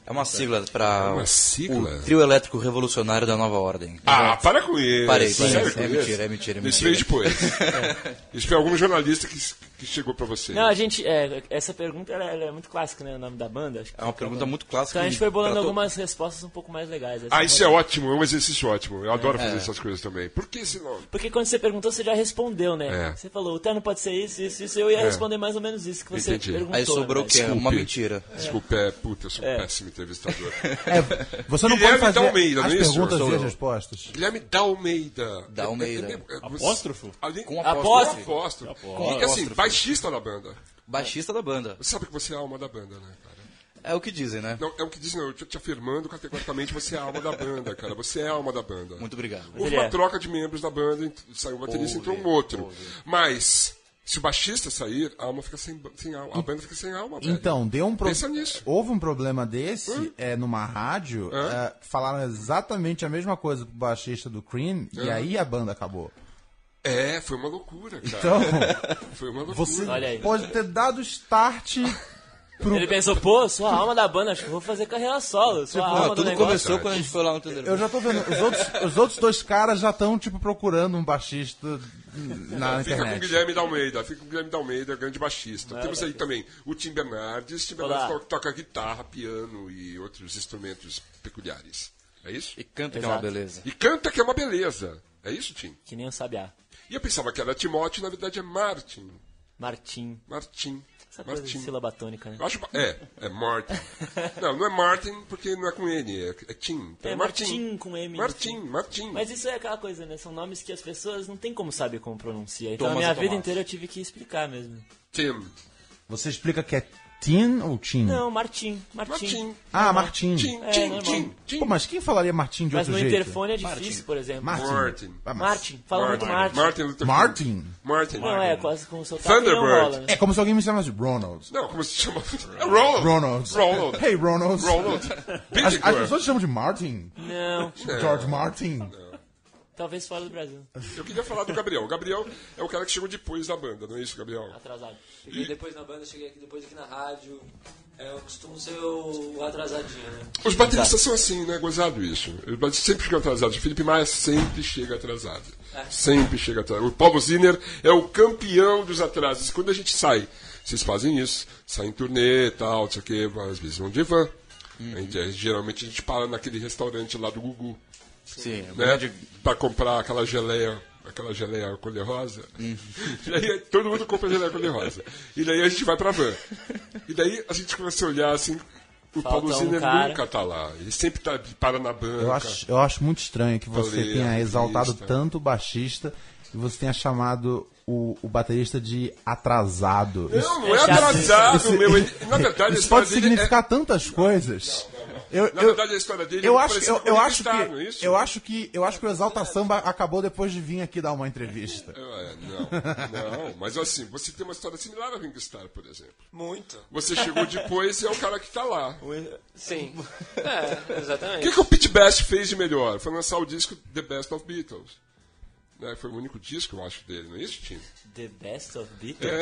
S1: É uma sigla para
S2: Uma sigla?
S1: o trio elétrico revolucionário da nova ordem.
S2: Ah, para com isso.
S1: Parei, parei.
S2: Sério
S1: É
S2: com isso?
S1: mentira, é mentira, é
S2: Isso
S1: mentira.
S2: veio depois. Isso foi algum jornalista que, que chegou pra você.
S5: Não, a gente. é, essa pergunta ela, ela é muito clássica, né? O nome da banda. acho que
S1: É uma pergunta muito clássica.
S5: Então a gente foi bolando
S1: pra to-
S5: algumas respostas um pouco mais legais.
S2: Ah, isso é
S5: ótimo.
S2: ótimo, é um exercício ótimo. Eu
S1: É.
S2: adoro fazer essas coisas também. Por que esse nome?
S5: Porque quando você perguntou, você já respondeu, né?
S2: É.
S5: Você falou, o terno pode ser isso, isso, isso. Eu ia
S2: É.
S5: responder mais ou menos isso que você
S2: Entendi.
S5: perguntou.
S1: Aí sobrou o
S5: né?
S1: quê? É Uma
S2: Desculpe.
S1: mentira.
S2: Desculpa, é, puta, eu sou um péssimo entrevistador.
S4: É, você não
S2: Guilherme
S4: pode fazer
S2: Dalmeida,
S4: as
S2: não é isso?
S4: perguntas
S1: Sou
S4: e
S1: eu.
S4: as respostas.
S2: Guilherme É, Dalmeida.
S1: Dalmeida.
S3: Apóstrofo?
S2: Ali...
S1: Com
S5: apóstrofe.
S2: Apóstrofo.
S1: Apóstrofe.
S2: E assim, baixista da banda.
S1: Baixista da banda.
S2: Você sabe que você é a alma da banda, né, cara?
S1: É o que dizem, né?
S2: Não, é o que dizem, não, eu tô te afirmando categoricamente, você é a alma da banda, cara. Você é a alma da banda.
S1: Muito obrigado.
S2: Houve
S5: Ele
S2: uma
S5: é.
S2: troca de membros da banda, ent- saiu um baterista, entrou um outro. Mas, se o baixista sair, a alma fica sem, ba- sem alma. A banda fica sem alma, velho.
S4: Então, deu um pro...
S2: É. Pensa nisso. Hum.
S4: houve um problema desse é, numa rádio,
S2: Hã?
S4: é, falaram exatamente a mesma coisa pro baixista do Cream, e aí a banda acabou.
S2: É, foi uma loucura, cara.
S4: Então,
S2: foi uma loucura.
S4: você
S5: Olha aí.
S4: pode ter dado start pro.
S5: Ele pensou, pô, sou a alma da banda, acho que eu vou fazer carreira solo. Sou a
S1: Não,
S5: alma do
S1: tudo
S5: negócio.
S1: começou quando a gente foi lá no Thunder.
S4: Eu já tô vendo, os outros, os outros dois caras já estão, tipo, procurando um baixista na
S2: Fica com o
S4: internet. é
S2: Guilherme da Almeida, fica com o Guilherme da Almeida, grande baixista. Temos aí também o Tim Bernardes. Tim Bernardes
S5: Olá.
S2: to- toca guitarra, piano e outros instrumentos peculiares. É isso?
S1: E canta que é uma
S5: Exato.
S1: beleza.
S2: E canta que é uma beleza. É isso, Tim?
S5: Que nem o Sabiá.
S2: E eu pensava que era Timóteo, na verdade é Martin.
S5: Martim.
S2: Martin.
S5: Essa coisa de
S2: Martin.
S5: sílaba tônica, né?
S2: Eu acho. ba- É, é Martin. não, não é Martin porque não é com N, é, é Tim. Então
S5: É
S2: Martin.
S5: Martin com M no
S2: Martin,
S5: fim.
S2: Martin.
S5: Mas isso é aquela coisa, né? São nomes que as pessoas não tem como saber como pronuncia. Então
S1: Thomas
S5: a minha
S1: ou
S5: vida
S1: Tomás?
S5: inteira eu tive que explicar mesmo.
S2: Tim.
S4: Você explica que é Tin ou Tim?
S5: Não, Martim. Martim.
S2: Martin.
S4: Ah, Martim.
S2: Tim,
S5: É,
S2: Tim,
S5: normal.
S2: Tim, Tim.
S4: Pô, mas quem falaria Martim de
S5: Mas
S4: outro
S5: no
S4: jeito?
S5: interfone é difícil, por exemplo.
S4: Martin.
S2: Martin.
S4: Ah, mas-
S5: Martin. Fala muito É, Martin.
S2: Martin Luther King.
S4: Martin.
S2: Martin.
S5: Não, é, quase com o seu
S2: Thunderbird.
S5: Não rola, né?
S4: É como se alguém me chamasse Ronald.
S2: Não, como se chama? É Ronald.
S4: Ronald.
S2: Ronald.
S4: Hey, Ronald. As,
S2: Ronald.
S4: as
S2: Bittencourt.
S4: pessoas chamam de Martin.
S5: Não,
S2: É.
S4: George Martin.
S5: talvez fora do Brasil.
S2: Eu queria falar do Gabriel. O Gabriel é o cara que chegou depois da banda, não é isso, Gabriel?
S5: Atrasado.
S9: Cheguei depois na banda, cheguei aqui depois aqui na rádio. É, eu costumo ser o atrasadinho, né?
S2: Os bateristas são assim, né? Gozado isso. Os bateristas sempre chegam atrasados. O Felipe Maia sempre chega atrasado.
S5: É.
S2: Sempre chega atrasado. O Paulo Ziner é o campeão dos atrasos. Quando a gente sai, vocês fazem isso. Saem em turnê e tal, não sei o quê. Às vezes vão de van.
S5: Uhum.
S2: A gente- a- geralmente a gente para naquele restaurante lá do Gugu,
S5: é
S1: Sim,
S2: né? Pra comprar aquela geleia, aquela geleia cor-de-rosa.
S5: Uhum.
S2: E aí todo mundo compra geleia cor-de-rosa. E daí a gente vai pra van. E daí a gente começa a olhar assim. O
S5: Falta
S2: Paulo
S5: um
S2: Ziner
S5: cara.
S2: nunca tá lá. Ele sempre tá, para na banca.
S4: Eu acho, eu acho muito estranho que você
S2: Falei,
S4: tenha
S2: artista.
S4: exaltado tanto o baixista e você tenha chamado o, o baterista de atrasado. Isso,
S2: Não, não é,
S5: chato
S2: atrasado, meu. Ele, na verdade, é-
S4: isso
S2: a
S4: pode
S2: história dele
S4: significar tantas coisas. Eu,
S2: é- na
S4: eu-
S2: verdade, a história dele
S4: eu
S2: ele é
S4: acho,
S2: parece
S4: eu, eu acho
S2: comunista, não é
S4: que,
S2: isso?
S4: eu acho que, eu acho que o Exalta Samba acabou depois de vir aqui dar uma entrevista.
S2: É, não, não, mas assim, você tem uma história similar a Ringo Starr, por exemplo.
S9: Muito.
S2: Você chegou depois e é o cara que tá lá. O
S9: Sim. É, exatamente.
S2: que, que o Pete Best fez de melhor? Foi lançar o disco The Best of Beatles. Né, Foi o único disco, eu acho, dele, não é isso, Tim?
S5: The Best of Beatles?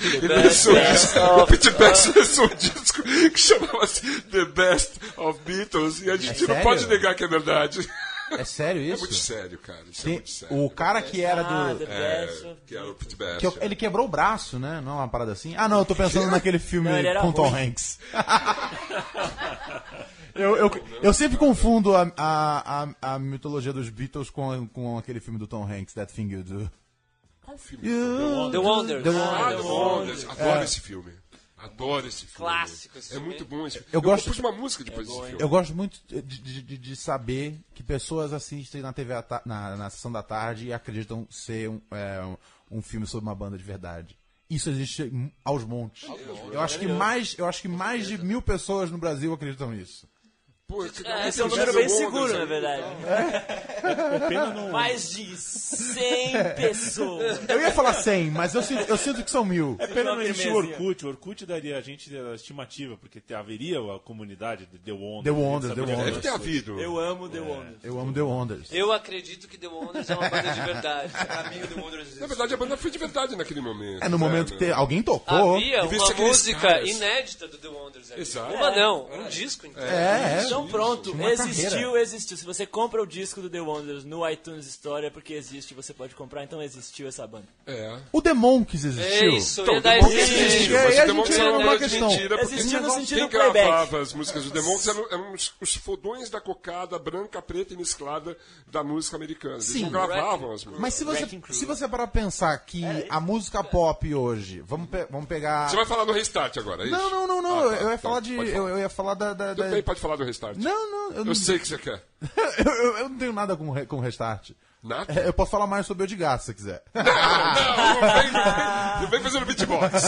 S2: Ele lançou um disco, o Pete Best lançou um disco que chamava-se The Best of Beatles e a gente não
S4: sério?
S2: pode negar que é verdade.
S4: É sério
S2: É muito
S4: isso?
S2: sério, cara. Isso é
S4: Tem-
S2: muito
S4: o
S2: sério. É,
S4: cara que era
S5: Ah, The
S4: do.
S5: Best of
S2: Que era o
S5: Beatles.
S2: Pete Best.
S4: que- ele quebrou o braço, né? Não é uma parada assim? Ah, não, eu tô pensando naquele filme
S5: Não, ele era
S4: com Tom
S5: ruim.
S4: Hanks. eu, eu, eu sempre confundo a, a, a, a mitologia dos Beatles com, com aquele filme do Tom Hanks, That Thing You Do.
S2: Qual filme?
S4: You
S9: The Wonders.
S4: do-
S2: Ah, The Wonders.
S4: É.
S2: Adoro esse filme. Adoro esse filme.
S9: Clássico esse
S2: É
S9: filme. É
S2: muito bom esse filme.
S4: Eu gosto-
S2: compus uma música depois desse filme.
S4: Eu gosto muito de, de- de- de saber que pessoas assistem na TV à ta- na, na sessão da tarde e acreditam ser um, é, um- um filme sobre uma banda de verdade. Isso existe m- aos montes. Eu acho que mais, eu acho que mais de mil pessoas no Brasil acreditam nisso.
S2: Pô, que-
S5: É, esse é um então. número bem
S2: né,
S5: seguro, na verdade.
S3: Pena não.
S5: Mais de 100 pessoas.
S4: Eu ia falar 100, mas eu sinto, eu sinto que são mil.
S3: Pena não existe o
S5: Firmezinha.
S3: Orkut. O Orkut daria a gente a estimativa, porque te- haveria a comunidade de The Wonders.
S4: The Wonders,
S3: saberia
S4: The Wonders.
S2: Deve
S3: várias
S2: ter
S3: coisas.
S2: havido.
S5: Eu amo The Wonders.
S4: Eu amo The Wonders.
S9: Eu acredito que The Wonders é uma banda de verdade. Pra mim, o The Wonders existe.
S2: Na verdade, a banda foi de verdade naquele momento.
S4: É no
S2: né,
S4: momento
S2: né?
S4: que te- alguém tocou.
S9: Havia
S2: devia ser
S9: uma
S2: aqueles
S9: música
S2: caras.
S9: inédita do The Wonders ali.
S2: Exato.
S5: É.
S9: Uma não, um disco inteiro.
S4: É, é.
S5: Então pronto,
S4: Uma
S5: existiu,
S4: carreira.
S5: existiu. Se você compra o disco do The Wonders no iTunes Store é porque existe, você pode comprar, então existiu essa banda.
S2: É.
S4: O The Monkeys
S9: É
S4: existiu.
S9: isso,
S2: Então,
S9: ia
S2: o
S9: dar
S2: The Monkeys
S5: é
S9: esse-
S2: existiu,
S4: E aí
S2: mas
S4: É, a gente
S2: o The Monkeys
S4: entra
S2: era
S4: numa
S2: uma
S4: questão.
S2: mentira. porque
S5: Existiu no sentido
S2: Quem
S5: playback.
S2: gravava as músicas do The Monkeys eram, eram os, os fodões da cocada branca, preta e mesclada da música americana. Eles
S4: Sim.
S2: não gravavam as músicas.
S4: Mas se você,
S5: Wrecking Crew.
S4: se você parar pra pensar que a música pop hoje, vamos, pe- vamos pegar.
S2: Você vai falar do Restart agora, é isso?
S4: Não, não, não, não.
S2: Ah, tá.
S4: eu ia
S2: Então,
S4: falar de.
S2: pode
S4: Eu, eu ia falar da. da- da-
S2: Tudo bem, pode falar do Restart.
S4: Não, não, eu não,
S2: Eu sei o que você quer.
S4: eu, eu- eu não tenho nada com, re- com restart.
S2: Nada?
S4: É, Eu posso falar mais sobre o de gato, se você quiser.
S2: Não, não vem, não vem, não vem fazendo beatbox.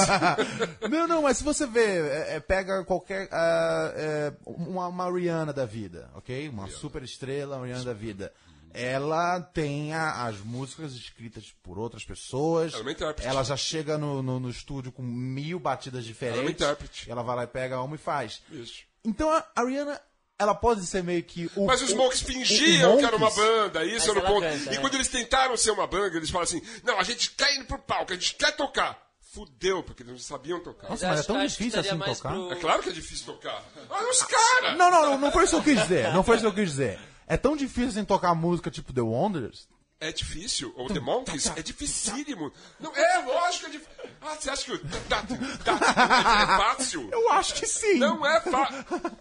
S4: não, não, mas se você vê, é, é, pega qualquer. ah, é, uma, uma Rihanna da vida, ok? Uma super estrela, uma Rihanna da vida. Ela tem a- as músicas escritas por outras pessoas.
S2: Ela é uma intérprete. é
S4: Ela já chega no, no, no estúdio com mil batidas diferentes.
S2: intérprete.
S4: Ela vai lá e pega uma e faz.
S2: Isso.
S4: Então a a Rihanna ela pode ser meio que o.
S2: Mas os
S4: o-
S2: Monks
S4: o-
S2: fingiam
S4: o
S2: que era uma
S4: Monks-
S2: banda, isso
S4: Mas
S2: era o
S4: ela
S2: ponto.
S4: canta,
S2: e
S4: né?
S2: quando eles tentaram ser uma banda, eles falam assim: não, a gente quer ir pro palco, a gente quer tocar. Fudeu, porque eles não sabiam tocar.
S4: Nossa, mas é tão difícil assim tocar.
S2: É claro que é difícil tocar. Olha os caras!
S4: Não, não, não, não foi isso que eu quis dizer. Não foi isso que eu quis dizer. É tão difícil assim tocar música tipo The Wonders.
S2: É difícil? Ou The Monkeys? É dificílimo. Não, é, lógico que é difícil. Ah, você acha que o tá, tá, tá, é fácil?
S4: Eu acho que sim.
S2: Não é fácil.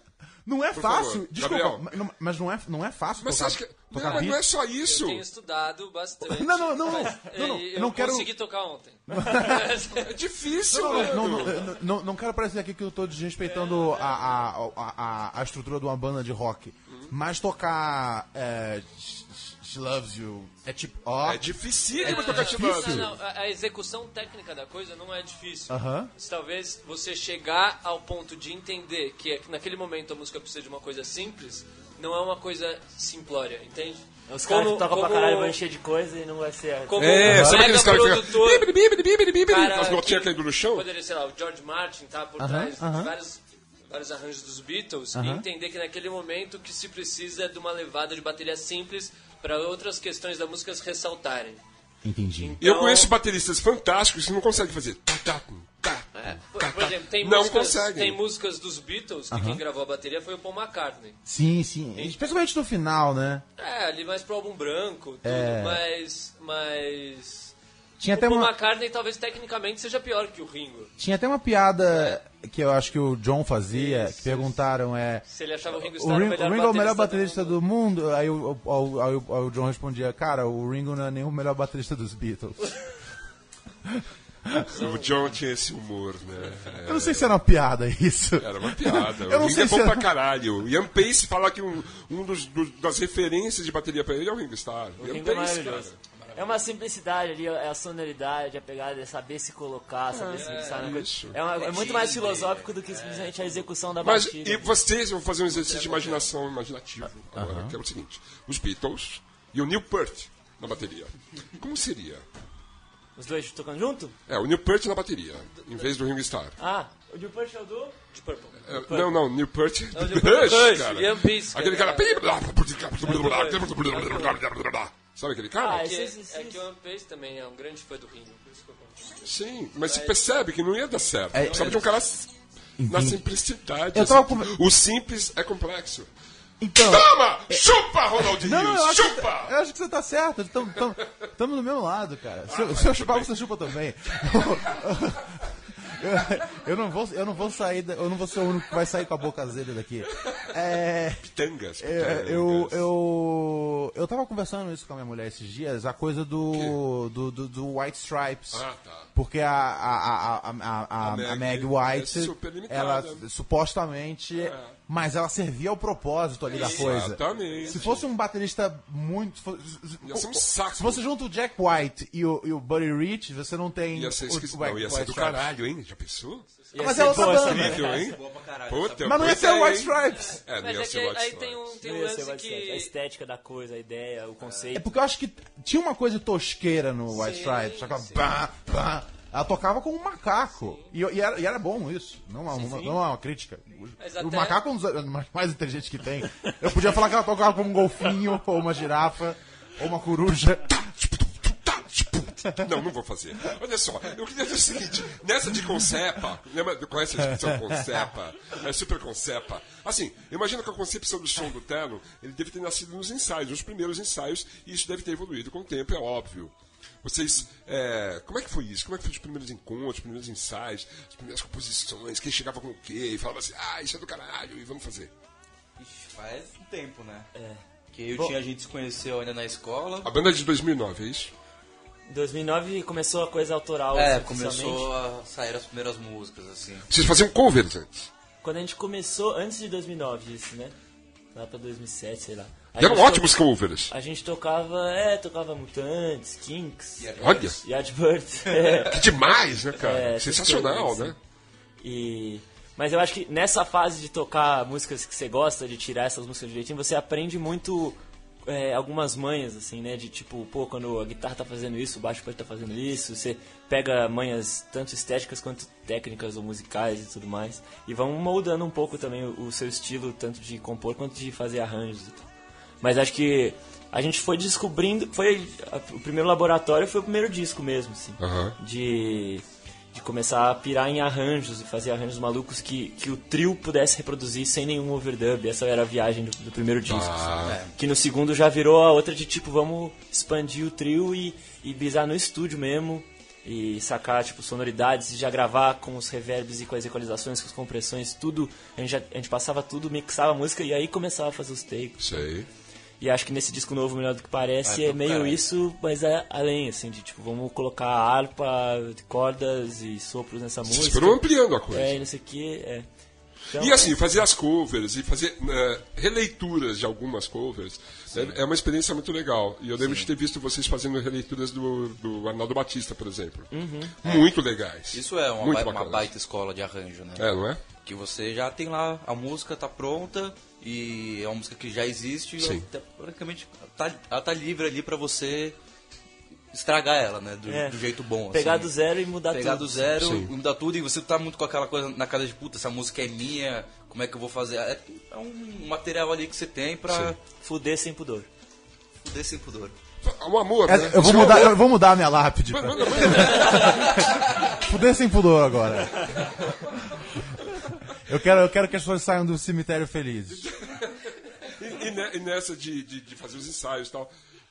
S4: Não é
S2: Por
S4: fácil.
S2: favor,
S4: Desculpa,
S2: Gabriel.
S4: ma- não- mas não é, não é fácil
S2: Mas
S4: tocar,
S2: você acha que-
S4: tocar
S2: Não, mas é
S4: beat.
S2: não é só isso.
S9: Eu tenho estudado bastante.
S4: Não, não, não, não,
S9: mas,
S4: não, não,
S9: eh,
S4: eu
S9: eu
S4: não quero-
S9: consegui tocar ontem.
S2: É difícil,
S4: Não,
S2: mano.
S4: não, não, não, não, não quero parecer aqui que eu tô desrespeitando a, a, a, a- a estrutura de uma banda de rock. Mas tocar é, She She Loves You é tipo. Ó,
S2: É dificílimo
S9: Ah,
S2: tocar
S9: não,
S2: Chivando.
S9: não, não. A a execução técnica da coisa não é difícil.
S4: Aham.
S9: Mas Talvez você chegar ao ponto de entender que é- naquele momento a música precisa de uma coisa simples, não é uma coisa simplória, entende?
S4: É
S5: Os caras que tocam pra
S9: como-
S5: caralho vão encher de coisa e não vai ser. assim.
S9: como
S2: É,
S9: um
S2: sabe aqueles
S9: mega
S2: caras que ficam.
S9: produtor,
S2: Bibiri, bibiri, bibiri, bibiri,
S9: cara
S2: As notinhas
S9: que
S2: caindo no chão?
S9: Poderia, sei lá, o George Martin tá por
S4: Aham,
S9: trás
S4: aham.
S9: de vários, vários arranjos dos Beatles e
S4: Aham.
S9: entender que naquele momento o que se precisa é de uma levada de bateria simples para outras questões da música se ressaltarem.
S4: Entendi.
S2: E eu
S9: Então-
S2: conheço bateristas fantásticos que não conseguem fazer. Tá, tá, tá,
S9: Por,
S2: tá,
S9: por
S2: tá.
S9: exemplo, tem
S2: Não
S9: músicas, tem
S2: conseguem.
S9: músicas dos Beatles que quem gravou a bateria foi o Paul McCartney.
S4: Sim, sim. Especialmente no final, né?
S9: É, ali mais pro álbum branco, tudo,
S4: É.
S9: mas. mas...
S4: Tinha
S9: o
S4: até
S9: Paul
S4: uma-
S9: McCartney talvez tecnicamente seja pior que o Ringo.
S4: Tinha até uma piada que eu acho que o John fazia, que perguntaram é.
S9: Se ele achava o Ringo
S4: O
S9: Starr
S4: Ringo, o Ringo é o melhor baterista
S9: do
S4: do mundo. Aí o, o- o- aí o- aí o John respondia, cara, o Ringo não é nem o melhor baterista dos Beatles.
S2: O John tinha esse humor, né?
S4: Eu não sei se era uma piada isso.
S2: Era uma piada.
S4: Eu não
S2: o Ringo
S4: sei
S2: é bom
S4: se era-
S2: pra caralho. O Ian Pace fala que um, um dos, do- das referências de bateria pra ele é o Ringo Starr. O Ian
S5: Ringo é
S2: Pace,
S5: maravilhoso.
S2: cara.
S5: É uma simplicidade ali, é a sonoridade, a pegada, é saber se colocar,
S9: Ah.
S5: saber se fixar na
S2: isso.
S5: coisa. É, uma- é muito mais filosófico do que simplesmente a execução da
S2: Mas
S5: batida.
S2: e vocês vão fazer um exercício de imaginação imaginativo agora, que é o seguinte: os Beatles e o Neil Peart na bateria. Como seria?
S5: Os dois tocando junto?
S2: É, o Neil Peart na bateria, em vez do Ringo Starr.
S5: Ah, o Deep Purple é o do...
S9: De Purple.
S2: É, não, não, Neil Peart. do
S9: Neil Peart,
S2: Bush,
S9: Ian Pace,
S2: Aquele cara.
S9: cara.
S2: Sabe aquele
S5: Ah,
S2: cara?
S9: Que,
S5: esse- esse- esse-
S9: é que o Ian Pace também é um grande fã do Ringo. por isso que eu confundo.
S2: Sim, mas você percebe que não ia dar certo.
S4: É, Uhum.
S2: Precisava de um cara s- na simplicidade.
S4: Eu tava
S2: assim.
S4: com-
S2: O simples é complexo.
S4: Então.
S2: Toma! Chupa, Ronaldinho!
S4: Não, não, eu acho, que,
S2: chupa!
S4: eu acho que você tá certo. Estamos tam, tamo do mesmo lado, cara. Se, eu- se eu chupar, você chupa também. Eu, eu não vou, eu não vou sair, da- eu não vou ser o único que vai sair com a boca azeda daqui. É,
S2: Pitangas,
S4: é,
S2: pitangas.
S4: eu, eu, eu tava conversando isso com a minha mulher esses dias, a coisa do, do, do, do White Stripes.
S2: Ah, tá.
S4: Porque a, a, a, a, a, a,
S2: A Meg
S4: a Meg
S2: é
S4: White,
S2: super limitada. É.
S4: ela supostamente. Mas ela servia ao propósito ali da coisa.
S2: Exatamente.
S4: Se fosse um baterista muito. se fo-
S2: Ia ser um saco.
S4: Se você junta o Jack White e o, e o Buddy Rich, você não tem.
S2: Ia ser
S4: o-
S2: esquisito.
S4: o White-
S2: Não, ia
S4: White
S2: ser do
S4: Stripes.
S2: caralho, hein? Já pensou?
S5: Ia
S4: mas
S5: ser
S4: é outra
S5: boa essa
S4: banda.
S5: merda.
S2: Incrível,
S9: é
S2: hein? Puta,
S4: Mas não ia
S2: pois
S4: ser o
S2: é,
S4: White
S2: hein?
S4: Stripes!
S2: É, não
S9: Mas
S2: ia
S9: é
S2: ser
S9: que
S2: o
S9: aí,
S2: White
S9: aí
S2: Stripes.
S9: tem um, tem
S5: Não
S9: um
S5: ia ser
S9: lance
S5: mais certo. A
S9: que.
S5: estética da coisa, a ideia, o
S4: É
S5: conceito.
S4: porque eu acho que tinha uma coisa tosqueira no White
S9: Sim,
S4: Stripes. Só que ela, pá, pá. ela tocava como um macaco. E, eu- e era, e era bom isso. Não é uma, não é uma crítica.
S9: Mas
S4: O
S9: até-
S4: macaco é um dos animais mais inteligentes que tem. Eu podia falar que ela tocava como um golfinho, ou uma girafa, ou uma coruja.
S2: Tá, tipo, Não, não vou fazer. Olha só, eu queria dizer o seguinte: nessa de Concepa, lembra, conhece a expressão Concepa? É super Concepa. Assim, imagina que a concepção do som do Terno, ele deve ter nascido nos ensaios, nos primeiros ensaios, e isso deve ter evoluído com o tempo, é óbvio. Vocês, é, como é que foi isso? Como é que foi os primeiros encontros, os primeiros ensaios, as primeiras composições? Quem chegava com o quê? E falava assim: ah, isso é do caralho, e vamos fazer.
S1: Ixi, faz um tempo, né? É. Que eu tinha, a gente se conheceu ainda na escola.
S2: A banda é de 2009, é isso?
S5: Em 2009 começou a coisa autoral.
S1: É,
S5: assim, oficialmente.
S1: começou a sair as primeiras músicas, assim.
S2: Vocês faziam covers antes.
S5: Quando a gente começou, antes de 2009 isso, né? Lá pra 2007, sei lá. A
S2: E eram
S5: gente to-
S2: ótimos covers.
S5: A gente tocava, é, tocava Mutantes, Kinks,
S2: Olha!
S5: Yardbirds. é.
S2: Que demais, né, cara?
S5: É,
S2: Sensacional,
S5: essas coisas,
S2: né?
S5: E... Mas eu acho que nessa fase de tocar músicas que você gosta, de tirar essas músicas direitinho, você aprende muito é, algumas manhas, assim, né? De tipo, pô, quando a guitarra tá fazendo isso, o baixo pode estar tá fazendo isso. Você pega manhas tanto estéticas quanto técnicas ou musicais e tudo mais. E vão moldando um pouco também o, o seu estilo, tanto de compor quanto de fazer arranjos e tal. Mas acho que a gente foi descobrindo. Foi a- o primeiro laboratório foi o primeiro disco mesmo, assim.
S2: Aham.
S5: De, de começar a pirar em arranjos e fazer arranjos malucos que, que o trio pudesse reproduzir sem nenhum overdub. Essa era a viagem do, do primeiro disco. assim.
S2: É.
S5: Que no segundo já virou a outra de tipo, vamos expandir o trio e, e bizar no estúdio mesmo. E sacar, tipo, sonoridades e já gravar com os reverbs e com as equalizações, com as compressões, tudo. A gente, já- a gente passava tudo, mixava a música e aí começava a fazer os takes.
S2: Isso aí.
S5: E acho que nesse disco novo, melhor do que parece,
S1: Vai
S5: é
S1: pro
S5: meio
S1: caralho.
S5: isso, mas é além, assim, de tipo, vamos colocar harpa, cordas e sopros nessa
S2: Vocês
S5: música.
S2: foram ampliando a coisa.
S5: É, e não sei o que, é. Então,
S2: e assim, fazer as covers e fazer eh, releituras de algumas covers né, é uma experiência muito legal. E eu lembro de ter visto vocês fazendo releituras do, do Arnaldo Batista, por exemplo.
S5: Uhum.
S2: Muito legais.
S1: Isso é uma,
S2: Muito
S1: ba- uma
S2: bacanas.
S1: baita escola de arranjo, né?
S2: É, não é?
S1: Que você já tem lá, a música tá pronta e é uma música que já existe
S2: Sim.
S1: e tá- praticamente tá, ela tá livre ali pra você estragar ela, né? Do,
S5: É.
S1: do jeito bom.
S5: Pegar
S1: assim.
S5: do zero e mudar
S1: Pegar
S5: tudo.
S1: do zero
S2: Sim.
S1: e mudar tudo e você tá muito com aquela coisa na cabeça de puta, essa música é minha, como é que eu vou fazer? É, é um material ali que você tem pra
S2: Sim.
S5: Fuder sem pudor.
S1: fuder sem pudor.
S2: Um amor. né?
S4: Eu vou,
S2: Isso é um
S4: mudar,
S2: amor.
S4: eu vou mudar a minha lápide. pra-
S2: Manda, manda.
S4: Fuder sem pudor agora. Eu quero, eu quero que as pessoas saiam do cemitério felizes.
S2: E, e ne- e nessa de, de- de fazer os ensaios e tal.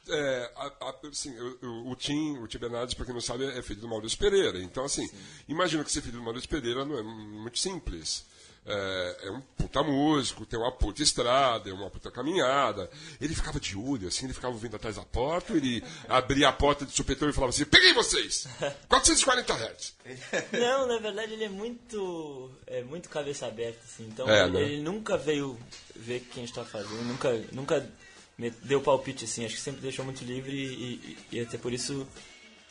S2: é, a- a- assim, o- o, o Tim, o Tim Bernardes, pra quem não sabe, é filho do Maurício Pereira. Então, assim, imagino que ser filho do Maurício Pereira não é m- muito simples. É, é um puta músico, tem uma puta estrada, é uma puta caminhada. Ele ficava de olho, assim, ele ficava vindo atrás da porta, ele abria a porta de supetão e falava assim: Peguei vocês! 440 Hz!
S5: Não, na verdade ele é muito. É muito cabeça aberta, assim. Então
S2: É,
S5: ele,
S2: né?
S5: ele nunca veio ver o que a gente tá fazendo, nunca, nunca me deu palpite, assim. Acho que sempre deixou muito livre e, e- e até por isso.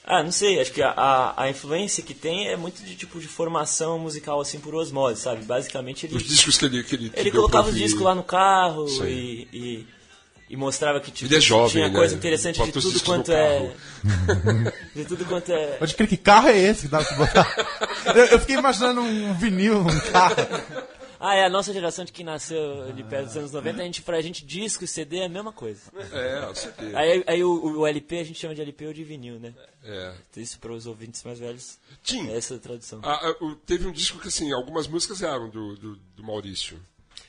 S5: Ah, não sei, acho que a, a, a influência que tem é muito de tipo de formação musical, assim, por osmose, sabe? Basicamente ele.
S2: Os discos que ele que Ele, que
S5: Ele
S2: deu pra
S5: colocava o
S2: ouvir.
S5: disco lá no carro
S2: Sim.
S5: e, e, e mostrava que tipo,
S2: Ele é jovem,
S5: tinha
S2: né?
S5: coisa interessante de
S2: Bota os
S5: tudo
S2: discos no
S5: quanto é.
S2: carro.
S5: De tudo quanto é.
S4: Pode crer que carro é esse que dá pra se botar? Eu, eu fiquei imaginando um vinil, um carro.
S5: Ah, é a nossa geração de quem nasceu ali perto dos anos 90, a gente, pra gente disco e CD é a mesma coisa.
S2: É, você tem.
S5: Aí, aí o, o LP a gente chama de LP ou de vinil, né?
S2: É.
S5: Isso para os ouvintes mais velhos.
S2: Tim.
S5: É essa a tradução.
S2: Ah, ah, o- teve um disco que, assim, algumas músicas eram do, do, do Maurício.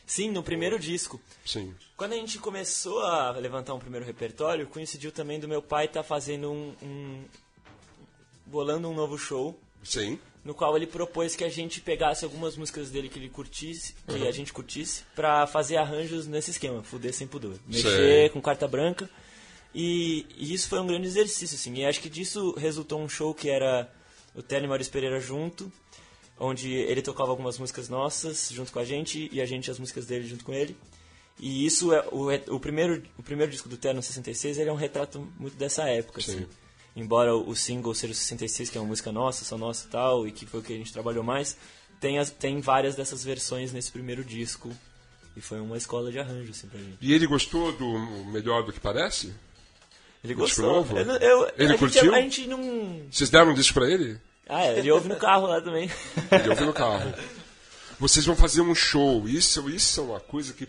S5: Sim, no primeiro disco.
S2: Sim.
S5: Quando a gente começou a levantar um primeiro repertório, coincidiu também do meu pai estar fazendo um- um. bolando um novo show.
S2: Sim.
S5: no qual ele propôs que a gente pegasse algumas músicas dele que ele curtisse, que a gente curtisse, pra fazer arranjos nesse esquema, fuder sem pudor, mexer
S2: Sei.
S5: com carta branca. E, e isso foi um grande exercício, assim. E acho que disso resultou um show que era o Terno e Maurício Pereira junto, onde ele tocava algumas músicas nossas junto com a gente e a gente as músicas dele junto com ele. E isso é o, re- o primeiro o primeiro disco do Terno 66, ele é um retrato muito dessa época,
S2: Sim.
S5: assim. Embora o o single seja o 66, que é uma música nossa, só nossa e tal, e que foi o que a gente trabalhou mais, tem as- tem várias dessas versões nesse primeiro disco. E foi uma escola de arranjo, assim, pra gente.
S2: E ele gostou do Melhor do que Parece?
S5: Ele
S2: Disco
S5: gostou.
S2: novo?
S5: Eu não- eu-
S2: Ele
S5: a gente-
S2: curtiu?
S5: a gente não.
S2: Vocês deram um disco pra ele?
S5: Ah, é, ele ouve no carro lá também.
S2: Ele ouviu no carro. Vocês vão fazer um show. Isso, isso é uma coisa que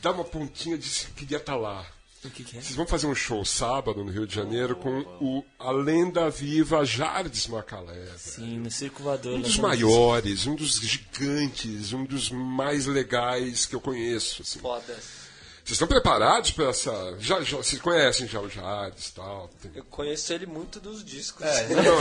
S2: dá uma pontinha de se queria estar lá.
S5: o que, que é?
S2: Vocês vão fazer um show sábado no Rio de Janeiro com o, a lenda viva Jardes Macalé.
S5: Sim, no né, Circo Voador.
S2: Um
S5: nós
S2: dos
S5: temos-
S2: maiores, um dos gigantes, um dos mais legais que eu conheço. assim.
S9: Foda.
S2: Vocês estão preparados para essa. Já, já, vocês conhecem já o Jardes e tal? tem-
S9: Eu conheço ele muito dos discos.
S2: Não,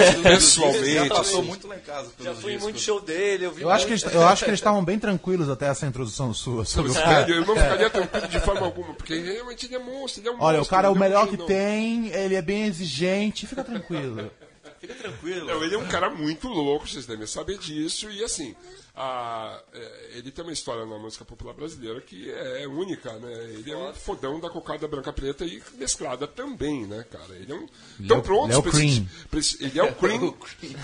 S1: É, Já
S2: pessoalmente.
S1: passou
S2: assim,
S1: muito lá em casa
S9: Já
S1: pelos
S9: fui em
S1: discos.
S9: muito show dele, eu vi
S4: Eu acho que
S9: muito.
S4: eles, eu acho que eles estavam bem tranquilos até essa introdução sua sobre o cara.
S2: Eu
S1: É.
S2: não ficaria tranquilo de forma alguma, porque realmente ele é monstro, ele é um
S4: Olha, o
S2: monstro,
S4: cara é o
S2: ele é um
S4: melhor que
S2: gênio.
S4: tem, ele é bem exigente, fica tranquilo.
S1: Fica tranquilo.
S2: Não, ele é um cara muito louco, vocês devem saber disso. E assim, a- é, ele tem uma história na música popular brasileira que é única, né? Ele é um fodão da cocada branca preta e mesclada também, né, cara? Ele é um. Tão pronto
S4: Léo
S2: pra esses-
S4: Cream.
S2: pra esses- Ele é o Cream.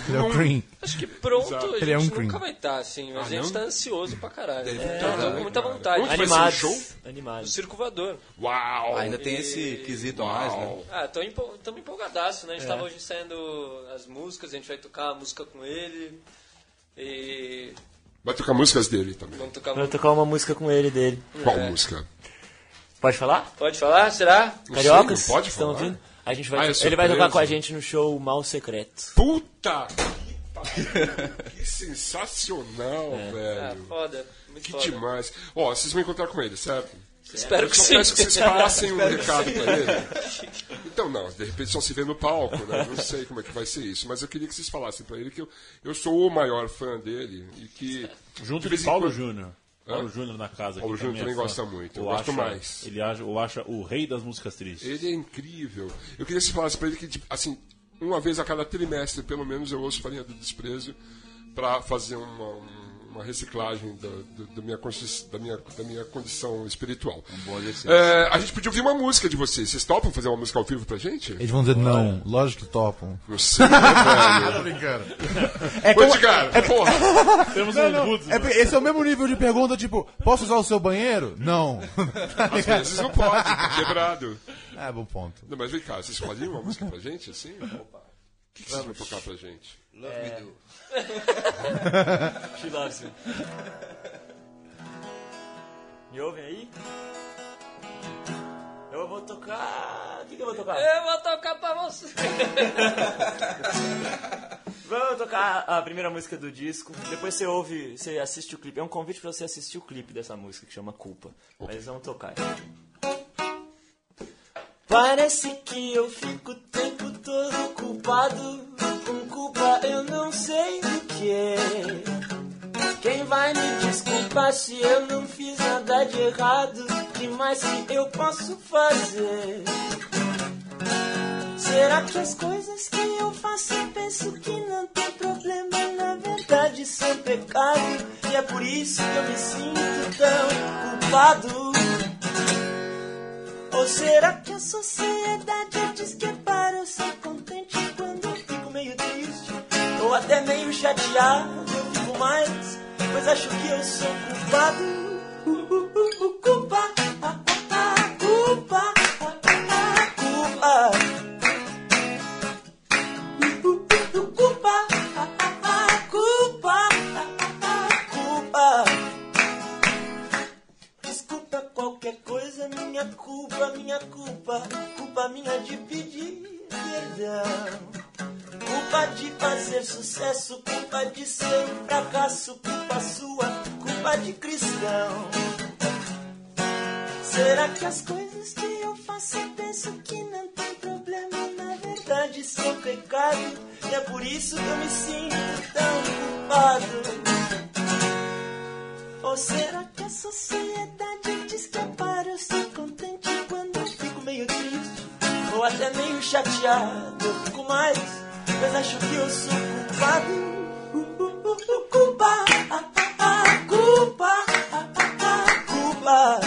S4: Ele é o Cream.
S9: Acho que pronto
S2: Exato.
S9: a gente
S4: Ele é um
S9: nunca
S4: cream.
S9: vai estar, assim. Mas
S2: Ah,
S9: a gente
S2: não?
S9: tá ansioso pra caralho.
S1: Deve
S9: É,
S1: tá,
S9: tô
S1: né,
S9: com muita
S1: cara?
S9: vontade.
S2: Onde vai ser o
S9: Animados.
S2: show?
S9: O
S10: Animados.
S9: Circo Voador.
S2: Uau!
S1: Ainda tem esse quesito a mais, né?
S9: Ah, estamos empo... tamo empolgadaço, né? A gente tava hoje ensaiando as músicas, a gente vai tocar a música com ele. E
S2: Vai tocar músicas dele também.
S9: vamos tocar...
S10: Vou tocar uma música com ele dele.
S2: Qual música?
S10: Pode falar?
S9: Pode falar? Será?
S5: É.
S10: Cariocas?
S2: sei, pode
S10: Estão
S2: falar.
S10: ouvindo? A gente
S2: Ah, é
S10: vai, ele vai
S2: surpresa.
S10: tocar com a gente no show Mal Secreto.
S2: Puta que pariu! Que sensacional,
S9: Ah,
S2: velho.
S9: foda. Muito
S2: que
S9: foda.
S2: demais. Ó, vocês vão encontrar com ele, certo?
S9: Espero
S2: Eu
S9: que
S2: só
S9: sim.
S2: peço que vocês passem um recado pra ele. Então, não, de repente só se vê no palco, né? Não sei como é que vai ser isso, mas eu queria que vocês falassem pra ele que eu, eu sou o maior fã dele e que. de
S3: Junto de
S2: vez em
S3: Paulo
S2: quando-
S3: Júnior. Paulo Júnior na casa.
S2: Paulo
S3: que
S2: Júnior
S3: é
S2: também
S3: fã.
S2: gosta muito, eu
S3: O
S2: gosto
S3: acha-
S2: mais.
S3: Ele acha, o acha o rei das músicas tristes.
S2: Ele é incrível. Eu queria que você falasse pra ele que, de- assim, uma vez a cada trimestre, pelo menos, eu ouço Farinha do Desprezo pra fazer uma, um- uma reciclagem da, do- do minha, consci- da, minha, da minha condição espiritual.
S1: bom exercício.
S2: é, a gente podia ouvir uma música de vocês. Vocês topam fazer uma música ao vivo pra gente?
S4: Eles vão dizer não, lógico que topam.
S2: Não sei, né, velho?
S4: Tô brincando. É
S2: Ô,
S4: como-
S2: Edgar, porra!
S3: Temos
S4: Não,
S3: um
S4: não,
S3: Roots,
S4: é porque esse é o mesmo nível de pergunta, tipo, posso usar o seu banheiro? Não.
S2: Às vezes não pode, tá quebrado.
S4: é, bom ponto.
S2: Não, mas vem cá, vocês escolhem uma música pra gente, assim? O que, que vocês vão tocar pra gente?
S1: Love me do.
S10: She loves you. Me ouvem aí? Eu vou tocar. O que, que eu vou tocar?
S9: Eu vou tocar pra você.
S10: Vamos tocar a primeira música do disco. Depois você ouve, você assiste o clipe. É um convite pra você assistir o clipe dessa música que chama Culpa. Mas vamos tocar. Parece que eu fico o tempo todo culpado. Com culpa eu não sei do que. é. Quem vai me desculpar se eu não fiz nada de errado? Que mais que eu posso fazer? Será que as coisas que eu faço eu penso que não tem problema? Na verdade, são pecado. E é por isso que eu me sinto tão culpado. Ou será que a sociedade diz que é para eu ser contente quando eu fico meio triste? Ou até meio chateado, eu fico mais, pois acho que eu sou culpado. Uh, uh, uh, uh, culpa, ah, ah, ah, culpa, ah, ah, ah, culpa. Culpa, ah, ah, ah, culpa, ah, ah, ah, culpa. Desculpa qualquer coisa, minha culpa, minha culpa, culpa minha de pedir perdão. Culpa de fazer sucesso, culpa de ser um fracasso, culpa sua, culpa de cristão. Será que as coisas que eu faço eu penso que não tem problema? Na verdade, são pecado. E é por isso que eu me sinto tão culpado. Ou será que a sociedade diz que é para eu ser contente quando eu fico meio triste? Ou até meio chateado, eu fico mais, mas acho que eu sou culpado. Uh, uh, uh, uh, culpa, ah, ah, ah, culpa, ah, ah, ah, culpa.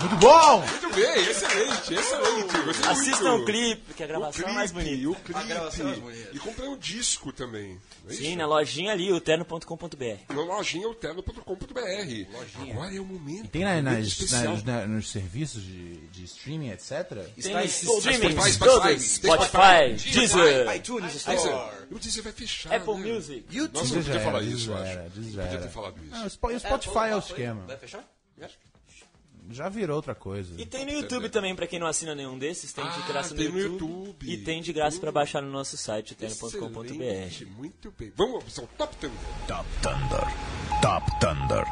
S4: Muito bom!
S2: Muito bem, excelente, excelente. Gostei
S10: Assistam
S2: muito.
S10: o clipe, que a gravação é mais bonita.
S2: o clipe.
S1: A gravação é mais bonita.
S2: E comprei um disco também. não é
S10: Sim,
S2: isso?
S4: né?
S10: na lojinha ali, o terno.com.br.
S2: na lojinha utelo.com.br. Agora é o momento.
S4: Tem na-
S2: um momento
S4: nas,
S2: especial.
S4: nas- na- nos serviços de, de streaming, etc?
S1: Está em
S10: streamings,
S2: Spotify,
S10: todos,
S2: Spotify,
S10: Spotify,
S1: Spotify,
S10: Deezer,
S1: iTunes
S2: Nossa,
S1: Store.
S2: Eu disse, vai fechar.
S10: Apple
S2: né?
S10: Music.
S2: Nossa, eu
S4: Deezer
S2: não podia
S4: era,
S2: falar
S4: Deezer
S2: isso, eu acho.
S4: era, Deezer
S2: Não podia
S4: era.
S2: ter falado
S4: Ah,
S2: isso.
S4: o Spo- o Spotify é o esquema.
S1: Vai fechar?
S4: Já virou outra coisa.
S10: E tem no YouTube também, pra quem não assina nenhum desses, tem de
S2: Ah,
S10: graça no,
S2: tem no
S10: YouTube,
S2: YouTube.
S10: E tem de graça pra baixar no nosso site, terno.com.br.
S2: Excelente, Muito bem. Vamos ao Top Thunder.
S8: Top Thunder. Top Thunder.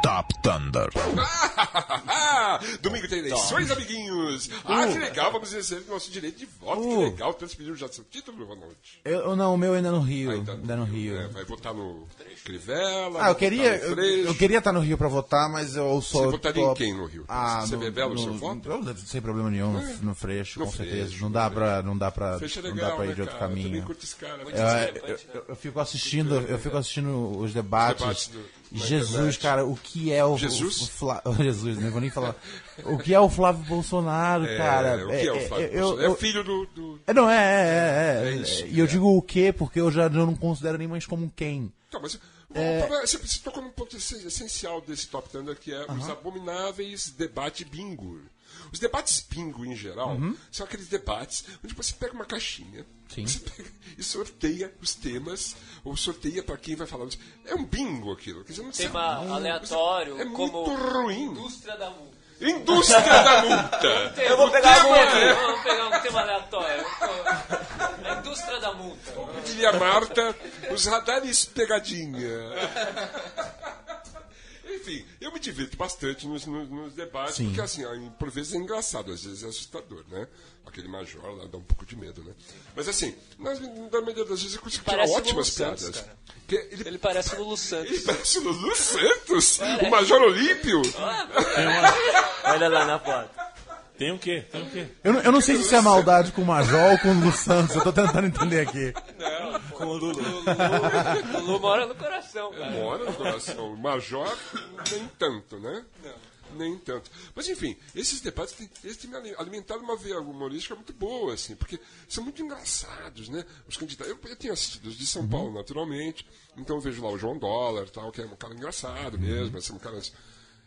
S11: Top Thunder.
S2: Domingo tem eleições, amiguinhos. Ah, que legal, vamos receber nosso direito de voto. Que
S4: Uh.
S2: legal, transferiu já seu título, Ronald.
S4: Eu, eu não, o meu ainda é no
S2: Ah,
S4: Rio. ainda é no Rio.
S2: É, vai votar no Crivella.
S4: Ah,
S2: vai
S4: eu queria,
S2: votar no
S4: eu,
S2: Freixo.
S4: eu queria estar no Rio pra votar, mas eu sou. tipo,
S2: Você votaria
S4: tô-
S2: em quem no Rio? Você revela o seu voto? É.
S4: Eu não- sem problema nenhum, no, no Freixo,
S2: No
S4: com
S2: Freixo,
S4: certeza. Não dá, pra, não dá pra.
S2: Freixo é
S4: não
S2: legal,
S4: dá pra ir
S2: né,
S4: de outro
S2: cara? Eu também
S4: caminho.
S2: curto esse cara. é Muito
S4: Eu, eu,
S2: discrepante,
S4: eu- eu fico assistindo, eu fico assistindo os debates.
S2: Os debates do- na
S4: Jesus,
S2: internet.
S4: cara, o que é o.
S2: Jesus?
S4: o Fla- Jesus, não vou nem falar. O que é o Flávio Bolsonaro,
S2: É,
S4: cara?
S2: o que é o Flávio
S4: eu-
S2: Bolsonaro? É
S4: eu-
S2: filho do- do-
S4: É, Não, é, é, é, é.
S2: É isso,
S4: e eu digo o quê? Porque eu já não considero nem mais como quem.
S2: Tá, mas
S4: É.
S2: o problema- você, você tocou num ponto essen- essencial desse Top Thunder, que é os
S4: Aham.
S2: abomináveis debate bingo. Os debates bingo, em geral,
S4: Uhum.
S2: são aqueles debates onde você pega uma caixinha
S4: Sim.
S2: você pega e sorteia os temas, ou sorteia para quem vai falar. É um bingo aquilo. Quer dizer, não sei-
S9: Tema
S2: não-
S9: aleatório,
S2: É
S9: como
S2: muito ruim.
S9: indústria da multa.
S2: Indústria da multa! O tema é-
S9: Vamos pegar um tema aleatório. A indústria da multa.
S2: Diria Marta, os radares pegadinha. Enfim, eu me divirto bastante nos, nos- nos debates,
S4: Sim.
S2: porque assim, ó, por vezes é engraçado, às vezes é assustador, né? Aquele major lá dá um pouco de medo, né? Mas assim, na, na maioria das vezes eu consigo tirar
S9: Parece o
S2: ótimas
S9: Lulu Santos,
S2: piadas.
S9: cara.
S2: Que ele,
S9: Ele É. parece o Lulu Santos.
S2: ele parece o Lulu Santos,
S9: Parece.
S2: o Major Olímpio.
S9: Ah,
S5: Olha lá na foto.
S3: Tem o quê? Tem o quê?
S4: Eu, não- eu não sei se isso é maldade com o Major ou com o Lu Santos, eu tô tentando entender aqui.
S9: Com o Lulu. Lulu, Lulu mora no coração, cara.
S2: Mora no coração. Um O Major, nem tanto, né? Nem tanto. Mas, enfim, esses debates têm, eles têm me ali- alimentado uma veia humorística muito boa, assim, porque são muito engraçados, né? Os candidatos. Eu, eu tenho assistido os de
S4: Uhum.
S2: São Paulo, naturalmente, então eu vejo lá o João Dólar, tal, que é um cara engraçado mesmo, assim, um cara.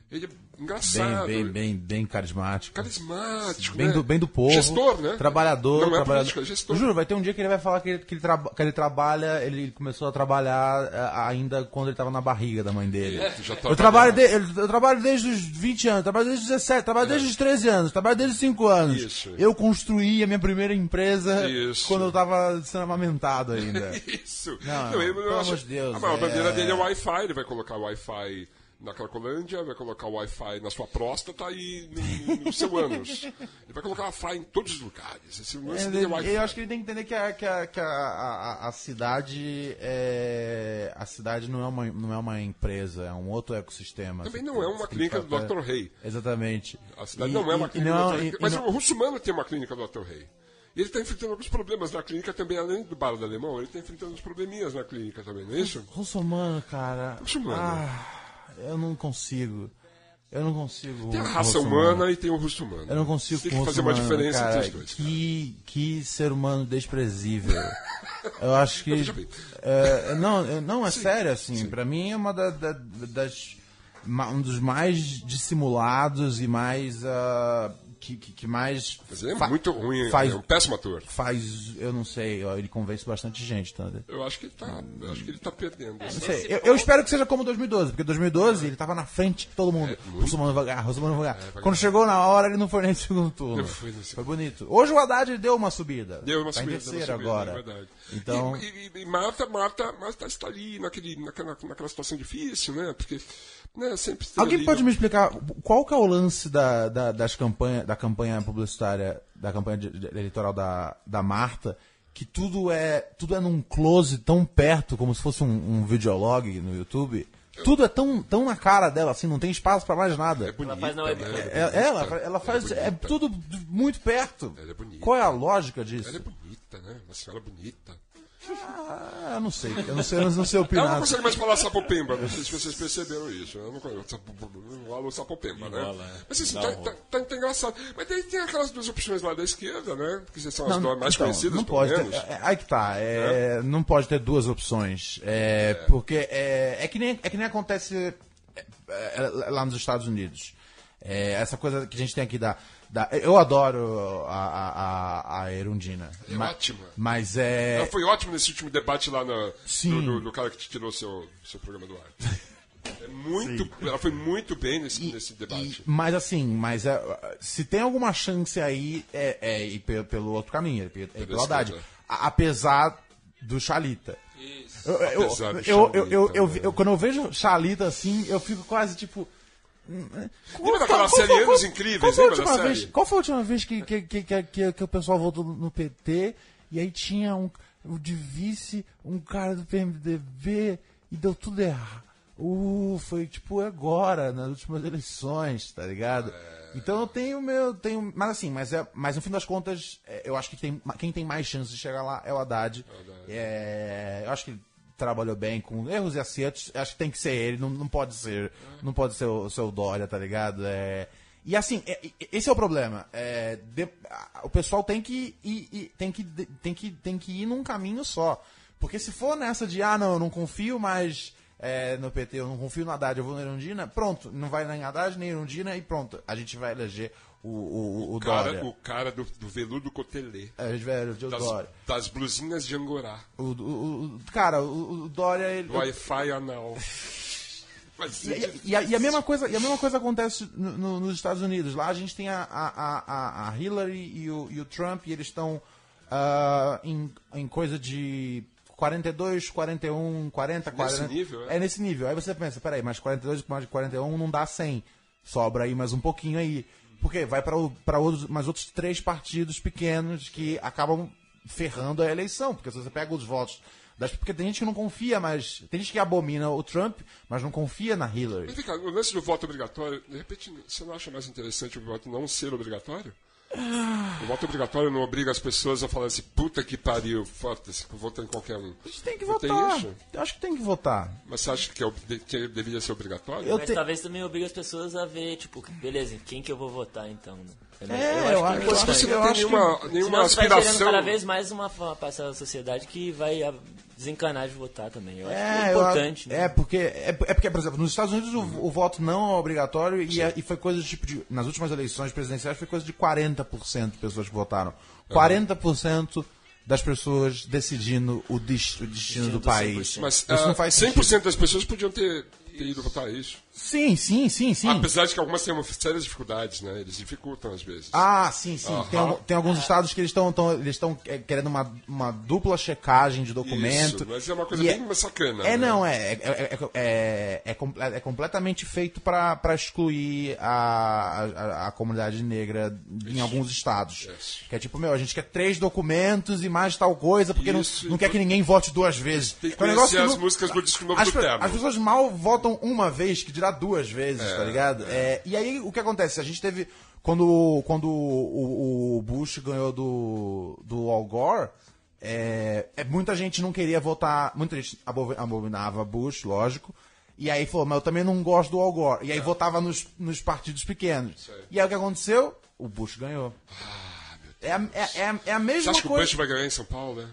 S2: Ele é
S4: Uhum. Bem,
S2: engraçado.
S4: bem, bem, bem carismático.
S2: Carismático,
S4: Bem
S2: né?
S4: do, bem do povo.
S2: Gestor, né?
S4: Trabalhador.
S2: Não é
S4: trabalhador.
S2: político, é gestor.
S4: Eu Juro, vai ter um dia que ele vai falar que ele, que ele, traba- que ele trabalha, ele começou a trabalhar eh, ainda quando ele tava na barriga da mãe dele.
S2: É, Já tá
S4: Eu trabalho, de- eu eu trabalho desde os 20 anos, trabalho desde os 17, trabalho desde os 13 anos, trabalho desde os 5 anos.
S2: É. Isso.
S4: Eu construí a minha primeira empresa
S2: Isso.
S4: quando eu tava sendo amamentado ainda.
S2: Isso.
S4: Não,
S2: eu- eu
S4: pelo
S2: acho-
S4: amor de Deus,
S2: A maior
S4: é-
S2: bandeira dele é o Wi-Fi. Ele vai colocar o Wi-Fi na Cracolândia, vai colocar o Wi-Fi na sua próstata e no, no seu ânus. Ele vai colocar Wi-Fi em todos os lugares. Esse lance
S4: É,
S2: dele é Wi-Fi.
S4: eu acho que ele tem que entender que a, que a, que a, a- a cidade é, a cidade não é uma não é uma empresa é um outro ecossistema
S2: Também
S4: Você
S2: não é
S4: tem-
S2: uma
S4: você tem
S2: clínica
S4: que
S2: do
S4: tratar-
S2: Dr. Rei.
S4: exatamente
S2: A cidade
S4: E-
S2: não é uma
S4: e- e
S2: clínica
S4: não-
S2: do Dr. Rei.
S4: e- e
S2: Mas
S4: não-
S2: o Russumano tem uma clínica do Dr. Rei. E ele está enfrentando alguns problemas na clínica também, além do bar do alemão, ele está enfrentando uns probleminhas na clínica também, não é isso?
S4: Russomano, cara
S2: Russomano.
S4: Ah, eu não consigo eu não consigo
S2: Tem a
S4: com
S2: raça
S4: russomano.
S2: humana e tem o russo humano.
S4: eu não consigo
S2: Tem
S4: com
S2: que fazer uma
S4: russomano,
S2: diferença
S4: cara.
S2: entre os dois.
S4: que que ser humano desprezível eu acho que
S2: Não, veja bem.
S4: É, não, é- não, é sério, assim. Pra mim é uma da- da- das. ma- Um dos mais dissimulados e mais. ah, que, que, que mais.
S2: Mas ele é
S4: fa-
S2: muito ruim,
S4: Faz,
S2: é um péssimo ator.
S4: faz. Eu não sei, ó, ele convence bastante gente, Thunder.
S2: Eu acho que ele tá, eu acho que ele tá perdendo.
S4: Não sei, eu, eu espero que seja como 2012, porque 2012 ele tava na frente de todo mundo.
S2: É, muito. É,
S4: Russomano vagar, Russomano vagar. Quando chegou na hora, ele não foi nem no segundo turno.
S2: Não foi no segundo.
S4: Foi bonito. Hoje o Haddad deu uma subida.
S2: Deu uma
S4: tá
S2: subida,
S4: em terceiro
S2: deu uma subida,
S4: agora.
S2: É verdade.
S4: Então.
S2: E, e- e Marta, Marta, Marta está ali naquele, naquela, naquela situação difícil, né? Porque né, sempre tem
S4: Alguém
S2: ali,
S4: pode
S2: né?
S4: me explicar qual que é o lance da, da, das campanha, da campanha publicitária, da campanha de- de- eleitoral da, da Marta, que tudo é tudo é num close tão perto, como se fosse um, um videolog no YouTube. Tudo é tão, tão na cara dela, assim, não tem espaço pra mais nada.
S2: É bonita,
S9: faz na web-
S2: né?
S4: É- ela,
S2: bonita.
S4: ela faz.
S2: Ela
S4: É,
S2: é bonita.
S4: tudo muito perto.
S2: Ela é bonita.
S4: Qual é a lógica disso?
S2: Ela é bonita, né? Uma senhora bonita.
S4: Ah, eu não sei. Eu não sei, eu não sei
S2: Ela
S4: opinar.
S2: não consegue mais falar sapopemba, não sei se vocês perceberam isso. Ela não consegue. sapo- Não fala sapopemba,
S3: Enrola,
S2: né?
S3: é.
S2: Mas assim,
S3: Dá
S2: tá,
S3: um
S2: tá, tá- tá engraçado. Mas daí tem aquelas duas opções lá da esquerda, né? Que são as
S4: Não,
S2: duas mais
S4: então,
S2: conhecidas,
S4: não
S2: pelo
S4: pode ter,
S2: menos.
S4: é- aí que tá é, não pode ter duas opções é, porque é, é que nem é que nem acontece é, é, lá nos Estados Unidos É, essa coisa que a gente tem aqui da, da- eu adoro a, a, a- a Erundina
S2: É
S4: ma-
S2: ótima.
S4: mas é
S2: Ela foi ótima nesse último debate lá na,
S4: Sim.
S2: do, do- do cara que te tirou seu, seu programa do ar. É muito, ela foi muito bem nesse,
S4: E-
S2: nesse
S4: e-
S2: debate.
S4: mas assim, mas é, se tem alguma chance aí, é, é ir pe- pelo outro caminho, é, pe- é pelo Haddad.
S2: esquerda.
S4: A- Apesar do Xalita. Eu, eu,
S2: Apesar do
S4: eu, eu,
S2: Xamã,
S4: eu, eu-
S2: então,
S4: eu- quando eu vejo Xalita assim, eu fico quase tipo. hum, é.
S2: Lembra
S4: Qual-
S2: daquela
S4: qual-
S2: série
S4: qual-
S2: Anos
S4: qual-
S2: Incríveis?
S4: Qual foi
S2: Lembra
S4: a
S2: da
S4: última vez,
S2: série?
S4: qual foi a última vez que, que, que, que, que- que o pessoal votou no PT e aí tinha um, o de vice, um cara do PMDB e deu tudo errado? Uh, foi tipo agora, nas últimas eleições, tá ligado? Então eu tenho meu. Tenho, mas assim, mas, é, mas no fim das contas, é, eu hacho que tem, quem tem mais chance de chegar lá é o Haddad. É, eu acho que ele trabalhou bem com erros e acertos. Acho que tem que ser ele, não, não pode ser. Não pode ser o seu Dória, tá ligado? É, e assim, é- é- esse é o problema. É, de- a- o pessoal tem que ir, ir- tem que, de- tem que tem que ir num caminho só. Porque se for nessa de, ah, não, eu não confio mais é, no PT, eu não confio no Haddad, eu vou na Irundina, pronto, não vai nem Haddad, nem Irundina e pronto, a gente vai eleger o, o, o,
S2: O cara,
S4: Dória.
S2: o cara do, do veludo cotelê.
S4: A gente vai eleger o
S2: Das,
S4: Dória.
S2: das blusinhas de Angorá.
S4: O, o- o- cara, o, o Dória... Ele,
S2: Do Wi-Fi anal. Vai
S4: E,
S2: ser
S4: e- e a, e a mesma coisa, e a mesma coisa acontece no- no- nos Estados Unidos. Lá a gente tem a, a- a- a Hillary e o, e o Trump, e eles estão ah, em, em coisa de 42, 41, 40, 40.
S2: nível, né?
S4: um, É nesse nível. Aí você pensa, peraí, mas 42 mais de 41 não dá 100. Sobra aí mais um pouquinho aí. Porque vai para outros, mais outros três partidos pequenos que acabam ferrando a eleição. Porque se você pega os votos. Das, porque tem gente que não confia, mas. Tem gente que abomina o Trump, mas não confia na Hillary.
S2: Mas vem cá, o lance do voto obrigatório, de repente, você não acha mais interessante o voto não ser obrigatório?
S4: Ah.
S2: O voto obrigatório não obriga as pessoas a falar assim, puta que pariu, foda-se, que eu vou votar em qualquer um.
S4: A gente tem que
S2: Não tem
S4: votar.
S2: isso?
S4: Eu acho que tem que votar.
S2: Mas você acha que, é, ob- de- que deveria ser obrigatório?
S4: Eu
S5: Mas
S4: te-
S5: talvez também obriga as pessoas a ver, tipo, beleza, em quem que eu vou votar então, né?
S4: É, eu acho-
S2: Mas você não
S4: eu
S2: tem
S4: acho que-
S2: nenhuma, nenhuma
S5: Senão você vai gerando
S2: aspiração.
S5: cada vez mais uma, uma parcela da sociedade que vai ah, desencanar de votar também. Eu acho que é
S4: eu-
S5: importante, né? Uhum.
S4: É porque, é, é porque, por exemplo, nos Estados Unidos o, o voto não é obrigatório e, é- e foi coisa de, tipo de. Nas últimas eleições presidenciais foi coisa de 40% de pessoas que votaram.
S5: Uhum.
S4: 40% das pessoas decidindo o, dis- o destino do país.
S2: Mas
S4: Isso não
S2: ah,
S4: faz
S2: 100%
S4: sentido.
S2: das pessoas podiam ter, ter ido votar é isso.
S4: Sim, sim, sim, sim.
S2: Apesar de que algumas têm uma- sérias dificuldades, né? Eles dificultam às vezes.
S4: Ah, sim, sim. Tem,
S2: Aham.
S4: algu- tem alguns estados que eles estão eles estão eh, querendo uma, uma dupla checagem de documento.
S2: Isso, mas é uma coisa
S4: E
S2: bem sacana,
S4: É,
S2: né?
S4: não, é. É, é, é, é, com- é completamente feito para excluir a, a, a comunidade negra em alguns estados.
S2: Isso.
S4: Que é tipo, meu, a gente quer três documentos e mais tal coisa, porque não-
S2: Isso,
S4: não,
S2: e
S4: quer
S2: tu-
S4: que ninguém vote duas vezes.
S2: Tem que
S4: É um negócio
S2: conhecer
S4: que
S2: as
S4: não-
S2: músicas do disco novo
S4: as,
S2: do
S4: pe-
S2: Terno.
S4: as pessoas mal votam uma vez, que dirá duas vezes, tá ligado? É, e aí o que acontece? A gente teve. Quando, quando o, o Bush ganhou do, do Al Gore, é, é, muita gente não queria votar. Muita gente abomi- abominava Bush, lógico. E aí falou, mas eu também não gosto do Al Gore. E
S2: É.
S4: aí votava nos, nos partidos pequenos. E aí o que aconteceu? O Bush ganhou. É a, é, é a- é a
S2: Ah, Você
S4: mesma
S2: acha que o
S4: coisa.
S2: Bush vai ganhar em São Paulo, né?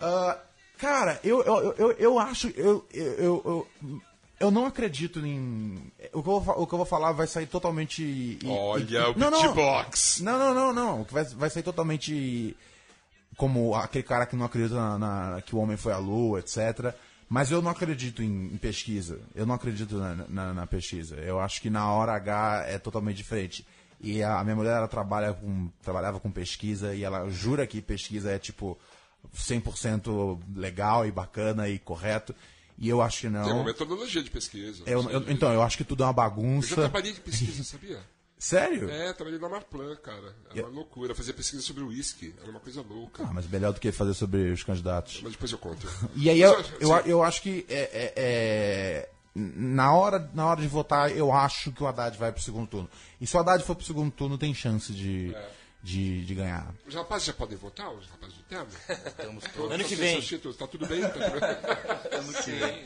S4: Ah, cara, eu, eu, eu, eu acho. Eu, eu, eu, eu- eu não acredito em. O que eu vou, fa- o que eu vou falar vai sair totalmente. i- i-
S2: Olha, tipo, o
S4: não, não,
S2: beatbox.
S4: não, não, não, não. O que Vai, vai sair totalmente. Como aquele cara que não acredita na, na- que o homem foi à lua, etc. Mas eu não acredito em, em pesquisa. Eu não acredito na, na- na pesquisa. Eu acho que na hora H é totalmente diferente. E a, a minha mulher ela trabalha com, trabalhava com pesquisa e ela jura que pesquisa é tipo 100% legal e bacana e correto. E eu acho que não.
S2: Tem uma metodologia de pesquisa.
S4: Eu- eu- então, eu acho que tudo é uma
S2: Eu já
S4: bagunça.
S2: trabalhei de pesquisa, sabia?
S4: Sério?
S2: É, trabalhei na Marplan, cara. Era uma loucura. Eu fazia pesquisa sobre o uísque. Era uma coisa louca.
S4: Ah, mas melhor do que fazer sobre os candidatos.
S2: Mas depois eu conto.
S4: E aí eu,
S2: Mas,
S4: eu,
S2: assim,
S4: eu acho que é, é- é- na, hora, na hora de votar, eu acho que o Haddad vai pro segundo turno. E se o Haddad for pro segundo turno, tem chance de, de, de ganhar.
S2: Os rapazes já podem votar? Os rapazes do terno?
S1: Estamos todos.
S2: Ano
S5: que vem.
S2: Tá tudo bem? Tá tudo bem?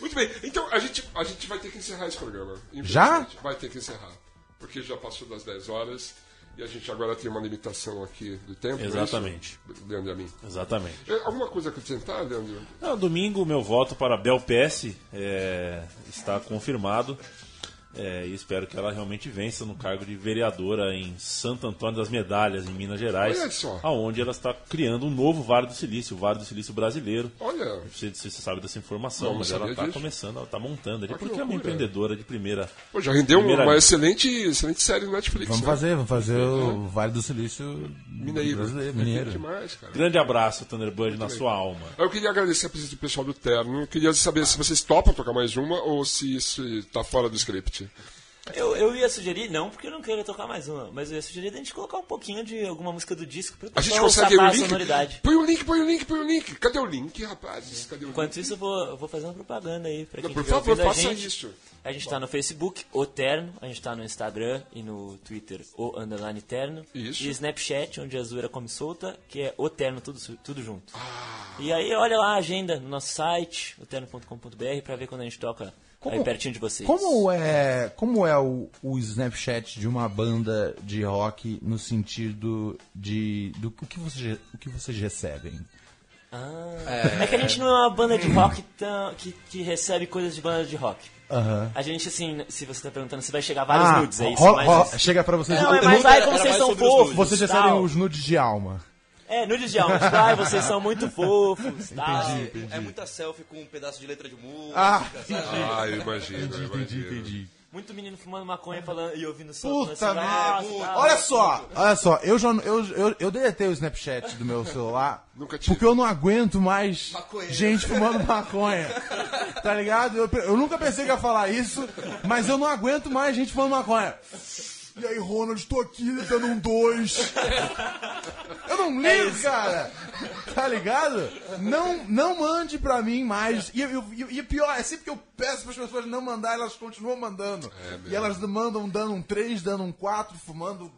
S2: Muito bem. Então, a gente, a gente vai ter que encerrar esse programa. infelizmente.
S4: Já?
S2: Vai ter que encerrar. Porque já passou das 10 horas e a gente agora tem uma limitação aqui do tempo. não é isso?
S3: Exatamente.
S2: Leandro e a mim.
S3: Exatamente.
S2: É, Alguma coisa a acrescentar, Leandro?
S3: Não, domingo, meu voto para Bel PS é, está confirmado. É, e espero que ela realmente vença no cargo de vereadora em Santo Antônio das Medalhas, em Minas Gerais,
S2: Olha só.
S3: aonde ela está criando um novo Vale do Silício, o Vale do Silício brasileiro.
S2: Olha.
S3: Não sei se você sabe dessa informação,
S2: Não, não
S3: mas ela
S2: sabia
S3: está
S2: disso.
S3: começando, ela está montando
S2: Olha
S3: ali,
S2: que
S3: porque é uma
S2: loucura.
S3: empreendedora de primeira.
S2: Pô, já rendeu
S3: primeira
S2: uma
S3: linha.
S2: excelente, excelente série no Netflix.
S4: Vamos
S2: né?
S4: fazer, vamos fazer o Vale do Silício
S2: Mineiro.
S4: brasileiro,
S2: É
S4: mineiro.
S2: demais, cara.
S3: Grande abraço, Thunderbird, na sua alma.
S2: Eu queria agradecer a presença do pessoal do Terno. Eu queria saber se vocês topam tocar mais uma ou se isso tá fora do script.
S5: Eu, eu ia sugerir, não, porque eu não queria tocar mais uma, mas eu ia sugerir a gente colocar um pouquinho de alguma música do disco pra
S2: A gente
S5: só
S2: consegue
S5: sacar
S2: o
S5: a
S2: link?
S5: sonoridade.
S2: Põe o link, põe o link, põe o link. Cadê o link, rapazes? Cadê o link?
S5: Enquanto isso, eu vou, eu vou fazer uma propaganda aí pra quem
S2: Não, por
S5: estiver
S2: favor,
S5: ouvindo a
S2: faça
S5: gente.
S2: isso.
S5: A gente tá no Facebook, o Terno, a gente tá no Instagram e no Twitter, o Underline Terno.
S2: Isso.
S5: E Snapchat, onde a zoeira come solta, que é o Terno, tudo, su- tudo junto.
S2: Ah.
S5: E aí, olha lá a agenda no nosso site, oterno.com.br, pra ver quando a gente toca aí pertinho de vocês.
S4: Como é, como é o, o Snapchat de uma banda de rock no sentido de do o que vocês o que vocês recebem?
S5: É... que a gente não é uma banda de rock tão, que, que recebe coisas de banda de rock.
S4: Aham.
S5: A gente, assim, se você tá perguntando, se vai chegar vários nudes, é isso?
S4: Ah, ro-
S5: mas-
S4: ro- chega pra vocês.
S5: Não, é
S4: eu-
S5: mais,
S4: eu-
S5: ai, como
S1: era
S5: vocês
S1: mais
S5: são
S1: sobre os
S5: fofos.
S4: vocês recebem
S5: tal.
S4: os nudes de alma.
S5: É, nudes de alma. Tipo, ai, vocês são muito fofos. tá? Tal.
S4: Entendi.
S1: É muita selfie com um pedaço de letra de música,
S4: Ah,
S1: sabe?
S2: Ah, eu imagino, eu
S4: Entendi,
S2: imagino.
S4: entendi.
S5: Muito menino fumando maconha falando, e ouvindo som.
S4: Puta
S5: falando assim,
S4: merda.
S5: "Nossa, tal".
S4: Olha só, olha só, eu já eu, eu, eu deletei o Snapchat do meu celular.
S2: Nunca tive.
S4: porque eu não aguento mais
S1: Maconheiro.
S4: gente fumando maconha. Tá ligado? Eu, eu nunca pensei que ia falar isso, mas eu não aguento mais gente fumando maconha. E aí, Ronald, tô aqui dando um dois. Eu não
S2: É
S4: ligo, cara. Tá ligado? Não, não mande pra mim mais. E, eu- eu- e pior, é sempre que eu peço pras pessoas não mandar, elas continuam mandando.
S2: É
S4: e elas mandam dando um 3, dando um 4, fumando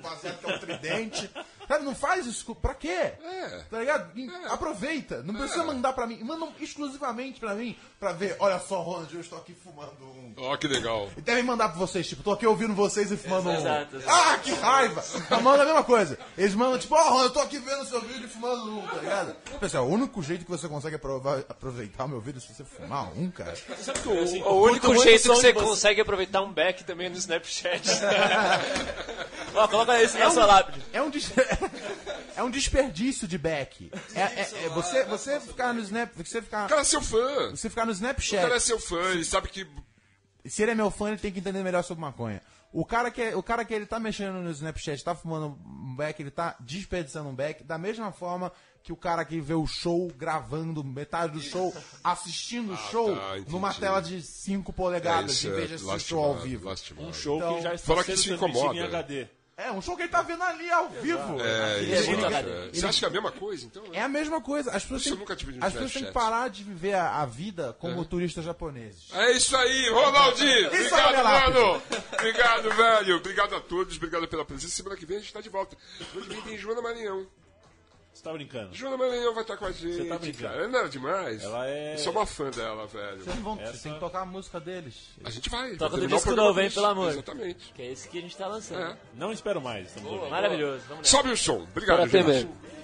S4: baseado que é um tridente. Sabe, não faz isso. co- Pra quê?
S2: É.
S4: Tá ligado? E Aproveita. Não precisa mandar pra mim. Mandam exclusivamente pra mim pra ver. Olha só, Ronald, eu estou aqui fumando um.
S2: Ó, que legal.
S4: E devem mandar pra vocês, tipo, tô aqui ouvindo vocês e fumando um.
S5: Exato, exato.
S4: Ah, que raiva! Mas Manda a mesma coisa. Eles mandam, tipo, ó, Ron, eu tô aqui vendo seu vídeo e fumando um, tá ligado? Pessoal, o único jeito que você consegue aprovar- aproveitar o meu vídeo é se você fumar um, cara.
S5: assim,
S9: O único
S5: muito
S9: jeito que
S5: som
S9: você
S5: de você-
S9: consegue aproveitar um back também é no Snapchat.
S5: Ó, coloca isso na sua lápide.
S4: É um, des- é um desperdício de back. É, é- é você, você ficar no Snap. Você
S2: O
S4: ficar,
S2: cara é seu fã.
S4: você ficar no
S2: O cara é
S4: Snapchat.
S2: seu fã, ele sabe que.
S4: Se ele é meu fã, ele tem que entender melhor sobre maconha. O cara, que, é- o cara que ele tá mexendo no Snapchat, tá fumando um back, ele tá desperdiçando um back, da mesma forma que o cara que vê o show gravando metade do show, assistindo o show
S2: tá, entendi.
S4: numa tela de 5
S2: É,
S4: polegadas,
S2: isso
S4: em
S2: é
S4: vez de assistir o show ao vivo.
S2: lastimado.
S3: Um show
S4: Então,
S3: que já está
S2: fala que
S3: sendo
S2: isso
S3: transmitido em
S2: incomoda.
S3: HD.
S4: É, um show que ele tá vendo ali ao vivo.
S2: É,
S4: Ele-
S2: isso,
S4: ele-
S2: é.
S4: ele-
S2: Você acha que é a mesma coisa, então?
S4: É a mesma coisa. As pessoas,
S2: Isso
S4: têm,
S2: eu nunca tive no
S4: as pessoas têm que
S2: Snapchat.
S4: parar de viver a, a vida como turistas japoneses.
S2: É isso aí, Ronaldinho!
S4: Isso aí,
S2: Obrigado,
S4: minha lápide.
S2: mano! Obrigado, velho! Obrigado a todos, obrigado pela presença. Semana que vem a gente tá de volta. Semana que vem tem Joana Maranhão.
S3: Você tá brincando?
S2: Joana Maranhão vai estar com a gente.
S3: tá brincando.
S2: cara. Não, demais.
S3: Ela é-
S2: Eu sou uma fã dela, velho.
S4: Vocês não vão, vocês têm que tocar a música deles.
S2: A gente vai.
S5: Toca
S2: vai
S5: do
S2: terminar o
S5: disco
S2: programa
S5: novo, hein,
S2: com isso.
S5: pelo amor.
S2: Exatamente.
S5: Que é esse que a gente tá lançando.
S2: É.
S3: Não espero mais. Estamos ouvindo.
S5: Maravilhoso, vamos nessa.
S2: Sobe o som. Obrigado, gente.
S9: mesmo.